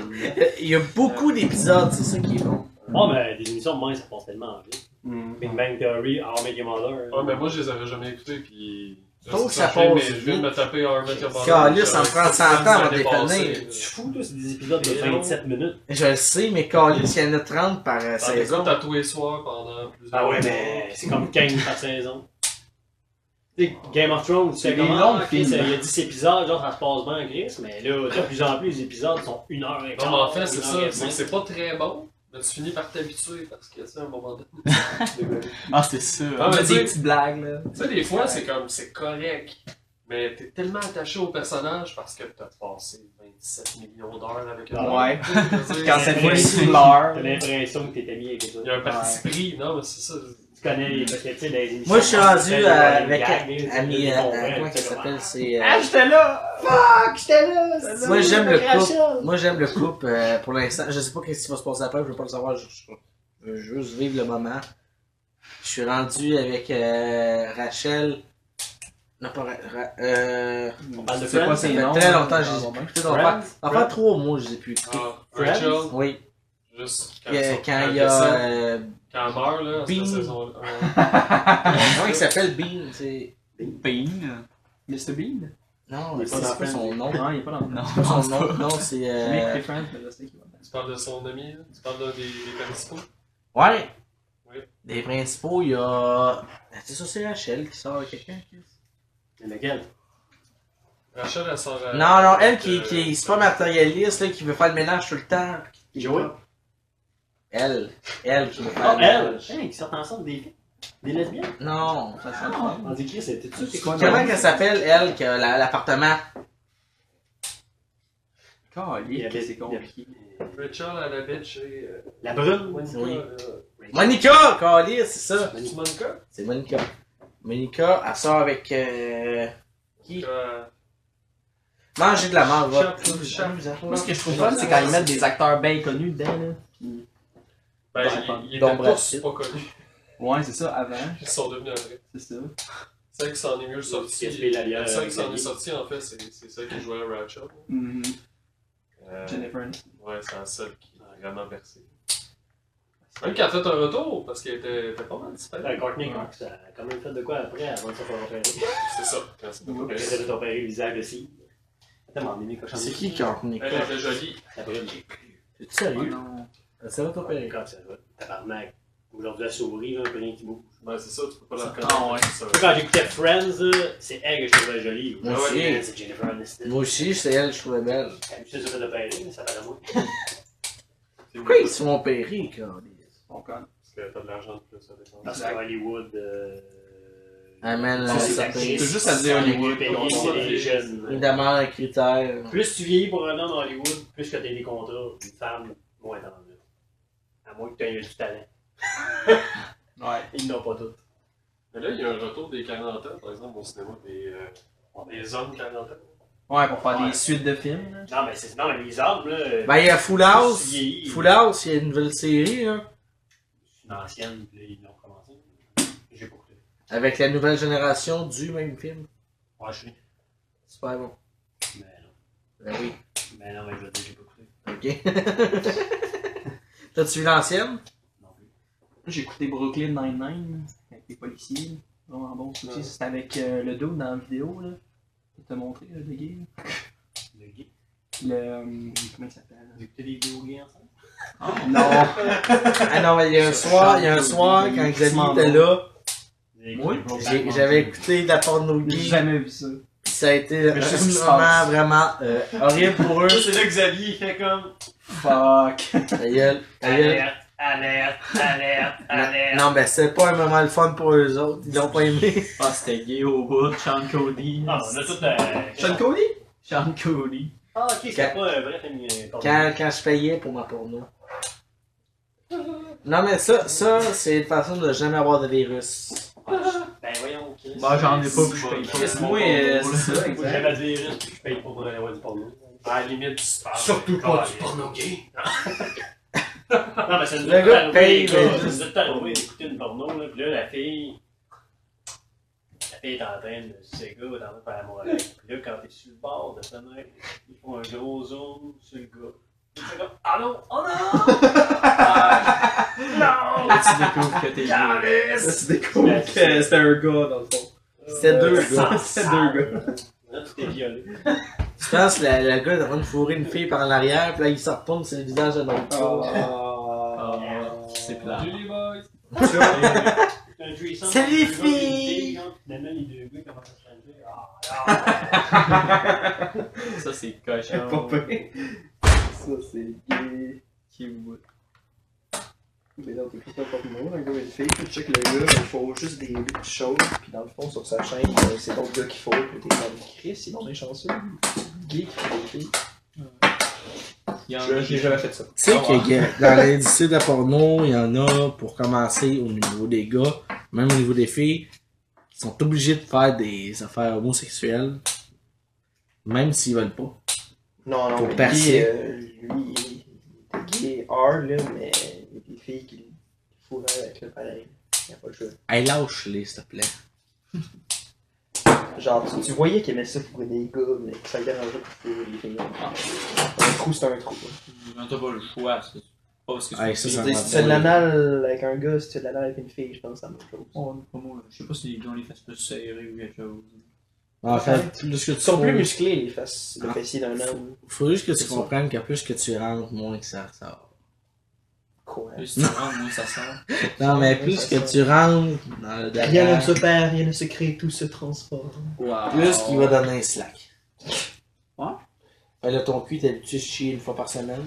Speaker 1: Il y a beaucoup d'épisodes, c'est ça qui est bon.
Speaker 2: Ah, mais des émissions de main, ça passe tellement vite.
Speaker 8: Mm.
Speaker 2: Big Bang Theory, How I Met Your Mother.
Speaker 5: Ouais, mais moi, je les avais jamais écoutés, puis
Speaker 1: Tôt, ça
Speaker 5: Sachez, mais
Speaker 1: passe
Speaker 5: Je viens de
Speaker 1: vite.
Speaker 5: me taper Harvey Cabana.
Speaker 1: Caliste, ça me prend 100 ans avant de dépanner.
Speaker 5: dépanner.
Speaker 2: Tu fous, toi, c'est des épisodes de 27 minutes.
Speaker 1: Je le sais, mais Calis, il y en a 30 par euh,
Speaker 5: Ça les
Speaker 1: saison.
Speaker 5: à tous les soirs pendant plusieurs
Speaker 2: Ah ouais,
Speaker 5: mois.
Speaker 2: mais c'est comme 15 par saison. Tu sais, Game of Thrones, c'est
Speaker 8: des
Speaker 2: comment
Speaker 8: longs
Speaker 2: ah, Chris,
Speaker 8: films.
Speaker 2: Il y a 10 épisodes, genre ça se passe bien, Chris, mais là, de plus en plus, les épisodes sont 1 heure et
Speaker 5: Non,
Speaker 2: quart.
Speaker 5: mais en fait, c'est
Speaker 2: une heure
Speaker 5: ça.
Speaker 2: et
Speaker 5: c'est que
Speaker 2: cinq.
Speaker 5: C'est pas très bon, mais tu finis par t'habituer parce que, tu sais, à un moment donné.
Speaker 4: Ah, c'était ça.
Speaker 5: Ah,
Speaker 4: hein.
Speaker 5: mais
Speaker 1: J'ai
Speaker 5: tu sais,
Speaker 1: des petites blagues, là.
Speaker 5: Tu sais, des fois, c'est comme, c'est correct, mais t'es tellement attaché au personnage parce que t'as passé 27 millions d'heures avec un
Speaker 8: Ouais.
Speaker 1: Quand ça
Speaker 5: Quand
Speaker 2: c'est
Speaker 1: fait
Speaker 2: vrai.
Speaker 1: six heures.
Speaker 2: T'as l'impression que t'es ami avec ça.
Speaker 5: Il y a un parti pris, non, mais c'est ça.
Speaker 2: Tu connais les parce que, tu sais, les émissions.
Speaker 1: Moi, je suis rendu
Speaker 2: les
Speaker 1: à-
Speaker 2: running
Speaker 1: avec
Speaker 2: gags, les-
Speaker 1: Ami,
Speaker 2: les-
Speaker 1: euh,
Speaker 2: les-
Speaker 1: euh, comment
Speaker 2: les-
Speaker 1: il s'appelle, c'est... euh,
Speaker 8: Ah, j'étais là! Fuck, j'étais là! c'est ça,
Speaker 1: Moi, j'aime
Speaker 8: je
Speaker 1: le
Speaker 8: me crachais.
Speaker 1: Moi, j'aime le couple euh, pour l'instant. Je sais pas qu'est-ce qui va se passer après, je veux pas le savoir. Je, je- je veux juste vivre le moment. Je suis rendu avec euh, Rachel. Non, pas Ra- Ra- euh,
Speaker 2: On parle de
Speaker 1: c'est Ah, quoi, ça
Speaker 2: Friends.
Speaker 8: ses
Speaker 1: fait
Speaker 8: noms,
Speaker 1: très
Speaker 8: hein,
Speaker 1: longtemps que je les
Speaker 8: dans
Speaker 1: ai
Speaker 8: mon
Speaker 1: plus
Speaker 8: bain.
Speaker 1: écoutés. Ça va faire- ça va faire
Speaker 2: Friends?
Speaker 1: trois mois que je les ai plus écoutés.
Speaker 5: Ah, Rachel,
Speaker 1: Oui.
Speaker 5: juste quand,
Speaker 1: Puis, euh,
Speaker 5: ils sont-
Speaker 1: Quand il y
Speaker 5: ils
Speaker 1: a.
Speaker 5: sont-
Speaker 1: euh,
Speaker 5: Quand elle meurt, là, cette
Speaker 1: Bing.
Speaker 5: saison-là.
Speaker 1: Comment il s'appelle Bean c'est-
Speaker 4: Pain.
Speaker 8: Mr. Bean?
Speaker 1: Non,
Speaker 2: Il est
Speaker 1: c'est
Speaker 2: pas dans
Speaker 1: c'est pas son nom.
Speaker 8: Non, il est pas dans le
Speaker 4: Non,
Speaker 8: nom.
Speaker 1: C'est
Speaker 4: [laughs] je
Speaker 1: pas
Speaker 4: pense
Speaker 1: son
Speaker 4: pas.
Speaker 1: nom. Non, c'est.
Speaker 8: Je
Speaker 1: euh,
Speaker 8: Make the friend, mais je sais qu'il va
Speaker 5: Tu parles de son ami, là? Tu parles de- des, des principaux?
Speaker 1: Ouais.
Speaker 5: Oui.
Speaker 1: Des principaux, il y a. C'est ça, c'est Rachel qui sort avec quelqu'un.
Speaker 2: Lequel
Speaker 5: Rachel, elle sort à-
Speaker 1: Non, non, elle qui,
Speaker 5: euh,
Speaker 1: qui est super matérialiste, là, qui veut faire le ménage tout le temps.
Speaker 2: Joey
Speaker 1: Elle. Elle qui veut faire
Speaker 2: Ah,
Speaker 1: le
Speaker 2: elle
Speaker 1: ménage. Hein?
Speaker 2: Hey, Ils sortent ensemble des filles. Des lesbiennes
Speaker 1: Non.
Speaker 3: Ah,
Speaker 8: Ça se
Speaker 1: Ah!
Speaker 8: fait.
Speaker 2: On dit Chris, c'était tout. C'est quoi
Speaker 1: Comment elle s'appelle, elle, qui a la- l'appartement?
Speaker 8: Caliste, c'est compliqué.
Speaker 5: Rachel, elle habite chez... euh,
Speaker 2: La brune
Speaker 5: Monica,
Speaker 1: Oui.
Speaker 5: là.
Speaker 1: Monica! Calais, c'est ça.
Speaker 5: C'est Monica?
Speaker 1: C'est Monica. Monica, elle sort avec. Euh... Qui?
Speaker 5: Euh,
Speaker 1: Manger de la mort, va.
Speaker 5: Chapeau, chapeau.
Speaker 8: Moi, ce que je trouve fun, c'est quand ils mettent des acteurs bien connus dedans, là.
Speaker 5: Ben,
Speaker 8: Ouais,
Speaker 5: ils- ils
Speaker 1: Don
Speaker 5: étaient
Speaker 1: Brad
Speaker 5: tous
Speaker 1: Pitt.
Speaker 5: pas connus.
Speaker 8: Ouais, c'est ça, avant.
Speaker 5: Ils sont devenus après.
Speaker 8: C'est ça.
Speaker 5: C'est ça qui s'en est mieux sorti.
Speaker 2: Qu'est-ce que les
Speaker 5: La seule qui s'en est
Speaker 2: lallières
Speaker 5: sortie, en fait, c'est c'est celle qui jouait à Ratchet.
Speaker 8: Mhm.
Speaker 1: Mm-hmm.
Speaker 5: Euh,
Speaker 8: Jennifer Aniston.
Speaker 5: ouais, c'est la seule qui a vraiment percé. Même qui a fait un retour, parce qu'elle était, était pas mal disparue.
Speaker 2: La Ben, Courtney Cox, elle a quand même fait de quoi après avant de se faire opérer.
Speaker 5: C'est ça. quand c'est pas
Speaker 2: Elle
Speaker 5: correct.
Speaker 2: s'est fait opérer le visage aussi. Attends, m'en mes cochons.
Speaker 1: C'est qui qui a retenu?
Speaker 5: Elle était jolie.
Speaker 2: La brune.
Speaker 1: T'es sérieux? Ça va t'opérer.
Speaker 2: Quand ça va. Tabarnak. Aujourd'hui, la souris, là, rien qui bouge.
Speaker 5: Ben, c'est ça, tu peux pas la
Speaker 8: Ah, ouais.
Speaker 5: reconnaître. c'est
Speaker 2: Moi,
Speaker 5: ça.
Speaker 2: Quand j'écoutais Friends, là, c'est elle que je trouvais jolie.
Speaker 1: Moi
Speaker 5: Ah ouais,
Speaker 1: aussi.
Speaker 2: Man, C'est Jennifer Aniston.
Speaker 1: Moi aussi, c'est elle, que je trouvais belle.
Speaker 2: T'as vu, c'est ça fait opérer, mais ça fait de moi.
Speaker 5: C'est
Speaker 1: Pourquoi
Speaker 5: mieux
Speaker 1: ils se font opérer, Calais?
Speaker 8: Bon, con.
Speaker 5: Parce que t'as de l'argent de plus à dépenser.
Speaker 2: Parce que Hollywood. euh,
Speaker 1: Ah, man,
Speaker 2: c'est
Speaker 1: euh,
Speaker 2: des
Speaker 1: ça
Speaker 2: actrices,
Speaker 8: peut- C'est juste à dire Hollywood,
Speaker 2: payées,
Speaker 5: on s'en
Speaker 2: c'est des
Speaker 5: fait.
Speaker 2: jeunes.
Speaker 1: Évidemment, un critère.
Speaker 2: Plus tu vieillis pour un homme à Hollywood, plus que t'as des contrats, une femme, moins t'en as. À moins que t'aies eu du talent.
Speaker 8: Ouais.
Speaker 2: Ils n'ont pas tout.
Speaker 5: Mais là, il y a un retour des 40 ans, par exemple, au cinéma, des, euh, des hommes 40 ans.
Speaker 8: Ouais, pour faire
Speaker 2: Ouais.
Speaker 8: des suites de films, là.
Speaker 2: Non, mais c'est non, mais les hommes, là.
Speaker 1: Ben, il y a Full House.
Speaker 2: Vieilli.
Speaker 1: Full House, il y a une nouvelle série, hein. là.
Speaker 2: C'est une ancienne, puis là, ils l'ont commencé. J'ai pas écouté.
Speaker 1: Avec la nouvelle génération du même film.
Speaker 2: Ouais, je sais.
Speaker 1: Super bon.
Speaker 2: Mais non.
Speaker 1: Ben oui.
Speaker 2: Mais non, mais je veux dire, j'ai pas écouté.
Speaker 1: Ok. T'as-tu vu l'ancienne?
Speaker 2: Non plus.
Speaker 8: J'ai écouté Brooklyn Nine-Nine, avec les policiers. Vraiment bon, ça aussi. C'était avec euh, le dos dans la vidéo, là. Je te montré, là, le gay, là.
Speaker 2: Le gay.
Speaker 8: Le. euh, Comment il s'appelle?
Speaker 2: Vous écoutez des vidéos gays ensemble?
Speaker 8: Non!
Speaker 1: Ah non, mais il y a un
Speaker 8: Ça
Speaker 1: soir,
Speaker 8: change
Speaker 1: il y a un
Speaker 8: de
Speaker 1: soir,
Speaker 8: vie.
Speaker 1: quand
Speaker 8: Tellement
Speaker 1: Xavier était
Speaker 8: bon.
Speaker 1: là,
Speaker 2: Vous avez
Speaker 1: moi,
Speaker 2: écouté Brokeback
Speaker 1: j'ai-
Speaker 2: Mountain?
Speaker 1: j'avais écouté de la porno
Speaker 8: J'ai
Speaker 1: gay.
Speaker 8: jamais vu ça.
Speaker 1: pis Ça a été
Speaker 8: Mais je sais ce qui se
Speaker 1: vraiment,
Speaker 8: passe.
Speaker 1: vraiment euh, horrible pour
Speaker 8: [laughs]
Speaker 1: eux.
Speaker 2: C'est là que Xavier il fait comme.
Speaker 8: Fuck!
Speaker 1: Ta gueule, ta gueule.
Speaker 2: Alerte, alerte, alerte,
Speaker 1: Non,
Speaker 2: alerte.
Speaker 1: non, ben c'est pas un moment le fun pour eux autres. Ils l'ont pas aimé.
Speaker 4: [laughs] Ah, c'était gay au bout. Sean Cody.
Speaker 2: Ah, on a tout le.
Speaker 8: Sean Cody?
Speaker 4: Sean Cody.
Speaker 2: Ah, ok, c'était pas un vrai euh, féminin.
Speaker 1: Quand, quand je payais pour ma porno. Non, mais ça, ça c'est une façon de jamais avoir de virus.
Speaker 2: Ben voyons, ok.
Speaker 4: Bah, j'en ai pas,
Speaker 5: C'est
Speaker 4: puis je paye pas.
Speaker 5: bon.
Speaker 8: Moi, euh, c'est ça,
Speaker 2: Moi,
Speaker 8: exact.
Speaker 2: j'avais dit risque, puis je paye pas pour aller voir du porno.
Speaker 5: À la limite, tu se parles.
Speaker 2: Surtout pas du
Speaker 5: porno gay.
Speaker 2: Non, mais ça nous
Speaker 1: Le
Speaker 2: est
Speaker 1: gars
Speaker 2: arrivé,
Speaker 1: paye,
Speaker 2: gars,
Speaker 1: mais
Speaker 2: Ça nous
Speaker 1: juste-
Speaker 2: est arrivé d'écouter une porno, là, pis là, la fille. La fille est en train de. C'est gars, est en train de faire la morale. Pis là, quand t'es sur le bord de la fenêtre, ils font un gros zoom sur le gars. Pis c'est comme. Ah non! Oh non! Ah, non!
Speaker 4: Là, tu découvres que t'es gay.
Speaker 2: Calisse!
Speaker 8: Ça, tu découvres
Speaker 2: Ben,
Speaker 8: que c'était un gars, dans le fond.
Speaker 1: C'était deux
Speaker 8: [laughs]
Speaker 1: gars.
Speaker 3: C'est deux gars.
Speaker 2: Ah, euh, Là, tu t'es violé.
Speaker 1: Je pense que la- le gars est en train de fourrer une fille par l'arrière, puis là, il se retourne sur le visage de l'autre.
Speaker 3: Ah.
Speaker 8: Ah.
Speaker 4: Ah, C'est plat.
Speaker 7: Salut les boys!
Speaker 2: C'est un threesome.
Speaker 1: C'est les
Speaker 2: Deux gars, puis
Speaker 1: filles.
Speaker 2: une fille, genre, Finalement, les deux gars commencent à se changer. Ah,
Speaker 4: Ça, c'est cochon.
Speaker 3: Ça, c'est gay. Mais non, t'écoutes pas Pokémon, un gars et une fille, puis tu check le gars, il faut juste des petites choses, puis dans le fond, sur sa chaîne, euh, c'est l'autre gars qu'il faut, puis t'es comme Chris, il en est chanceux. Gay qui fait des filles.
Speaker 4: Il y en
Speaker 3: Je-
Speaker 4: a
Speaker 3: J'ai jamais fait ça.
Speaker 1: Tu sais que que dans l'industrie de la porno, il y en a, pour commencer, au niveau des gars, même au niveau des filles, ils sont obligés de faire des affaires homosexuelles, même s'ils veulent pas.
Speaker 3: Non, non,
Speaker 1: Pour
Speaker 3: mais
Speaker 1: percer.
Speaker 3: gay, euh, lui, il il était gay hard, là, mais il y a des filles qui le fourraient avec le pareil. Il a pas le choix.
Speaker 1: Hey, lâche-les, s'il te plaît.
Speaker 3: Genre, tu, tu voyais qu'il aimait ça fourrer des gars, mais que ça le dérangeait pour fourrer des filles. Un trou, c'est un trou. là.
Speaker 4: T'as pas le choix, c'est pas parce que
Speaker 1: Hey, ça, ça m'a
Speaker 3: Tu sais, Si tu fais de
Speaker 1: brûlé.
Speaker 3: l'anal avec un gars, si tu fais de l'anal avec une fille, je pense que c'est la même chose.
Speaker 4: Oh, pas moi, je sais pas si les gens les fassent plus serrés ou quelque chose.
Speaker 1: En fait, plus que tu
Speaker 3: Ils sont plus
Speaker 1: comprennes-
Speaker 3: musclés, les fesses, le
Speaker 1: Ah.
Speaker 3: fessier d'un homme.
Speaker 1: faut juste que tu
Speaker 3: C'est ça.
Speaker 1: comprennes que plus que tu rentres, moins que ça ressort.
Speaker 3: Quoi?
Speaker 4: Plus si tu rentres, moins ça sort.
Speaker 1: Non, mais
Speaker 3: Ouais,
Speaker 1: plus
Speaker 3: ça
Speaker 1: que
Speaker 3: sort.
Speaker 1: tu rentres dans le
Speaker 3: Rien ne
Speaker 1: derrière,
Speaker 3: se perd, rien ne se crée, tout se transforme.
Speaker 4: Wow.
Speaker 1: plus qu'il va donner un slack.
Speaker 4: Ouais.
Speaker 1: Ben là, ton cul, t'es habitué de chier une fois par semaine.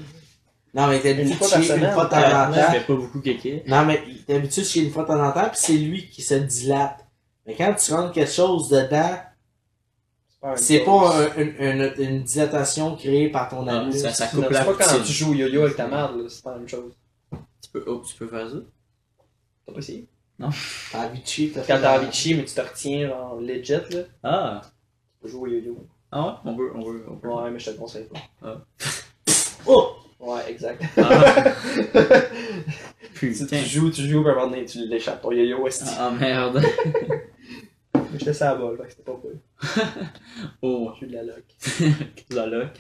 Speaker 1: Non, mais t'es habitué
Speaker 3: Une
Speaker 1: de
Speaker 3: fois par
Speaker 1: chier une
Speaker 3: semaine,
Speaker 1: fois de temps
Speaker 3: ah,
Speaker 1: en temps.
Speaker 4: Je fais pas beaucoup kéké.
Speaker 1: Non, mais t'es habitué de chier une fois de temps en temps, puis c'est lui qui se dilate. Mais quand tu rentres quelque chose dedans, c'est pas un- une, une- une dilatation créée par ton
Speaker 4: Ah,
Speaker 1: anus.
Speaker 4: ça, ça
Speaker 3: Non,
Speaker 4: coupe
Speaker 3: c'est
Speaker 4: la
Speaker 3: pas quand
Speaker 4: poutine.
Speaker 3: tu joues au yo-yo avec ta merde, là, c'est pas la même chose.
Speaker 4: Tu peux, oh, tu peux faire ça?
Speaker 3: T'as pas essayé?
Speaker 1: T'as envie de chier, t'as
Speaker 3: Quand
Speaker 1: fait-
Speaker 3: t'as envie de chier, mais tu te retiens, genre, legit, là, tu
Speaker 4: Ah!
Speaker 3: peux jouer au yo-yo.
Speaker 4: Ah ouais? On veut, on veut, on veut.
Speaker 3: Ouais, mais je te le conseille pas.
Speaker 4: Ah.
Speaker 3: [laughs]
Speaker 4: Oh!
Speaker 3: Ouais,
Speaker 4: [laughs]
Speaker 3: exact.
Speaker 4: Ah,
Speaker 3: tu, tu
Speaker 4: putain.
Speaker 3: joues, tu joues, puis à un moment donné, tu l'échappes ton yo-yo, est
Speaker 4: Ah merde.
Speaker 3: Mais j'étais ça à bol, fait que c'était pas cool.
Speaker 4: Oh,
Speaker 3: Je suis de la loc.
Speaker 4: la loc.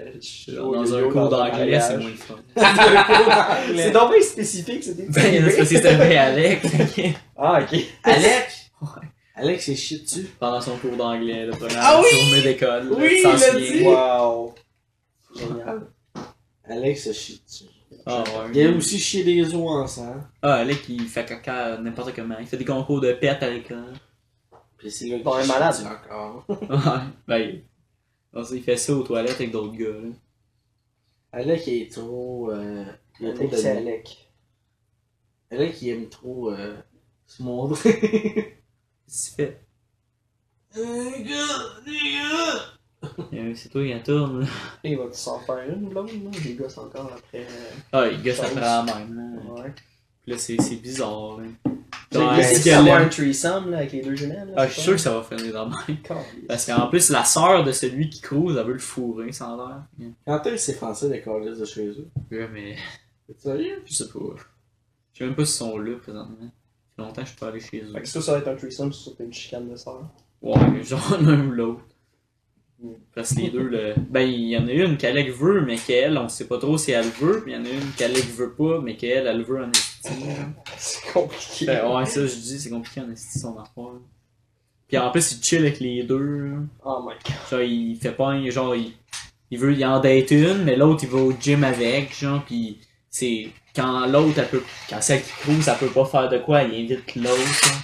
Speaker 3: Euh, je joue au
Speaker 4: Dans un
Speaker 3: yo-yo
Speaker 4: cours
Speaker 3: dans un
Speaker 4: d'anglais, c'est
Speaker 3: mariage.
Speaker 4: moins le fun.
Speaker 3: C'est donc bien spécifique, c'était
Speaker 4: Ben, c'est parce que c'était bien [laughs] Alec. ok.
Speaker 3: Ah, ok.
Speaker 1: Alex! Alex, c'est chier dessus.
Speaker 4: Pendant son cours d'anglais, la première
Speaker 1: Ah oui!
Speaker 4: journée d'école.
Speaker 1: Oui,
Speaker 4: sans
Speaker 1: il l'a
Speaker 4: se lier.
Speaker 1: dit!
Speaker 3: Wow. Génial.
Speaker 1: Alex se chie dessus.
Speaker 4: Ah ouais.
Speaker 1: Il y a aussi chier des os ensemble.
Speaker 4: Ah, Alec, il fait caca n'importe comment. Il fait des concours de pète à l'école.
Speaker 1: Puis c'est là
Speaker 3: Bon, un
Speaker 1: chie
Speaker 3: malade.
Speaker 1: dessus encore.
Speaker 4: Ouais. Ben, il- on sait, il fait ça aux toilettes avec d'autres gars, là.
Speaker 1: Alec il est trop. Euh, il a trop
Speaker 3: Alec, c'est
Speaker 1: de...
Speaker 3: Alec.
Speaker 1: Alec il aime trop euh, se montrer.
Speaker 4: Qu'est-ce qu'il fait? [laughs] Euh, C'est toi qui tourne, là.
Speaker 3: Il va s'en faire une blonde, non? Les gars, c'est encore après. euh,
Speaker 4: Ah, les gars, ça
Speaker 3: Ça
Speaker 4: prend la même, là.
Speaker 3: Ouais.
Speaker 4: Puis Là, c'est c'est bizarre, là.
Speaker 3: Tu sais,
Speaker 4: Ouais,
Speaker 3: il essaie
Speaker 4: est-ce qu'elle
Speaker 3: de savoir
Speaker 4: l'aime?
Speaker 3: un threesome, là, avec les deux jumelles.
Speaker 4: Ah, je suis sûr que ça va finir dans le même. Parce qu'en plus, la sœur de celui qui cause, elle veut le fourrer sans l'air.
Speaker 1: [laughs] Quand est-ce que c'est français les collistes de chez eux?
Speaker 4: Ouais, mais
Speaker 1: C'est sérieux?
Speaker 4: je sais pas. Je sais même pas s'ils sont là présentement. Ça fait longtemps que je suis pas allé chez eux.
Speaker 3: Fait que ça, ça va être un threesome, c'est sûr que t'as une chicane de sœur.
Speaker 4: Ouais, genre l'un ou l'autre.
Speaker 3: Mm.
Speaker 4: Parce que les deux, le... ben, il y en a une qu'Alec veut, mais qu'elle, on sait pas trop si elle veut. Puis il y en a une qu'Alec veut pas, mais qu'elle, elle veut en esti.
Speaker 3: [laughs] C'est compliqué.
Speaker 4: Ben, ouais, ça, je dis, c'est compliqué en esti son affaire. Puis en plus, il chill avec les deux. là.
Speaker 3: Oh my god.
Speaker 4: Genre, il fait pas un- genre, il, il veut il en date une, mais l'autre, il va au gym avec, genre, pis c'est, quand l'autre, elle peut, quand celle qui cruise, elle peut pas faire de quoi, elle invite l'autre, genre.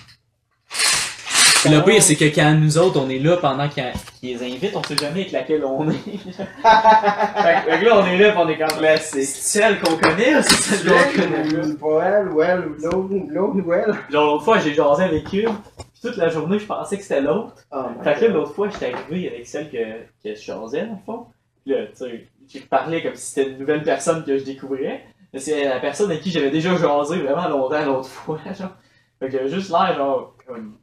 Speaker 4: Pis le pire, c'est que quand nous autres, on est là pendant qu'ils qu'ils les invitent, on sait jamais avec laquelle on est. [laughs] fait, que- fait que là, on est là pis on est comme, là, c'est celle qu'on connaît ou c'est celle qu'on connaît pas?
Speaker 3: Ou elle, ou elle, ou l'autre, ou l'autre, ou elle.
Speaker 4: Genre, l'autre fois, j'ai jasé avec une, pis toute la journée, je pensais que c'était l'autre.
Speaker 3: Oh my
Speaker 4: Fait que là,
Speaker 3: god.
Speaker 4: l'autre fois, j'étais arrivé avec celle que, que je changeais, dans le fond. Puis là, tu sais, j'ai parlé comme si c'était une nouvelle personne que je découvrais. Mais c'est la personne avec qui j'avais déjà jasé vraiment longtemps l'autre fois, [laughs] genre. Fait que j'avais juste l'air, genre, comme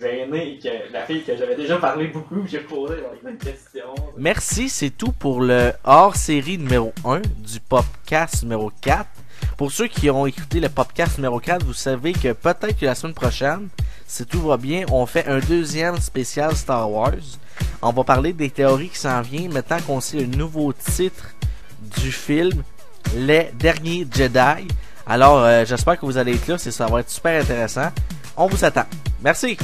Speaker 4: gêné que la fille que j'avais déjà parlé beaucoup, puis j'ai posé, genre, les mêmes questions.
Speaker 9: Merci, c'est tout pour le hors-série numéro 1 du podcast numéro 4. Pour ceux qui ont écouté le podcast numéro 4, vous savez que peut-être que la semaine prochaine, si tout va bien, on fait un deuxième spécial Star Wars. On va parler des théories qui s'en viennent maintenant qu'on sait le nouveau titre du film, Les Derniers Jedi. Alors, euh, j'espère que vous allez être là, c'est- ça va être super intéressant. On vous attend. Merci!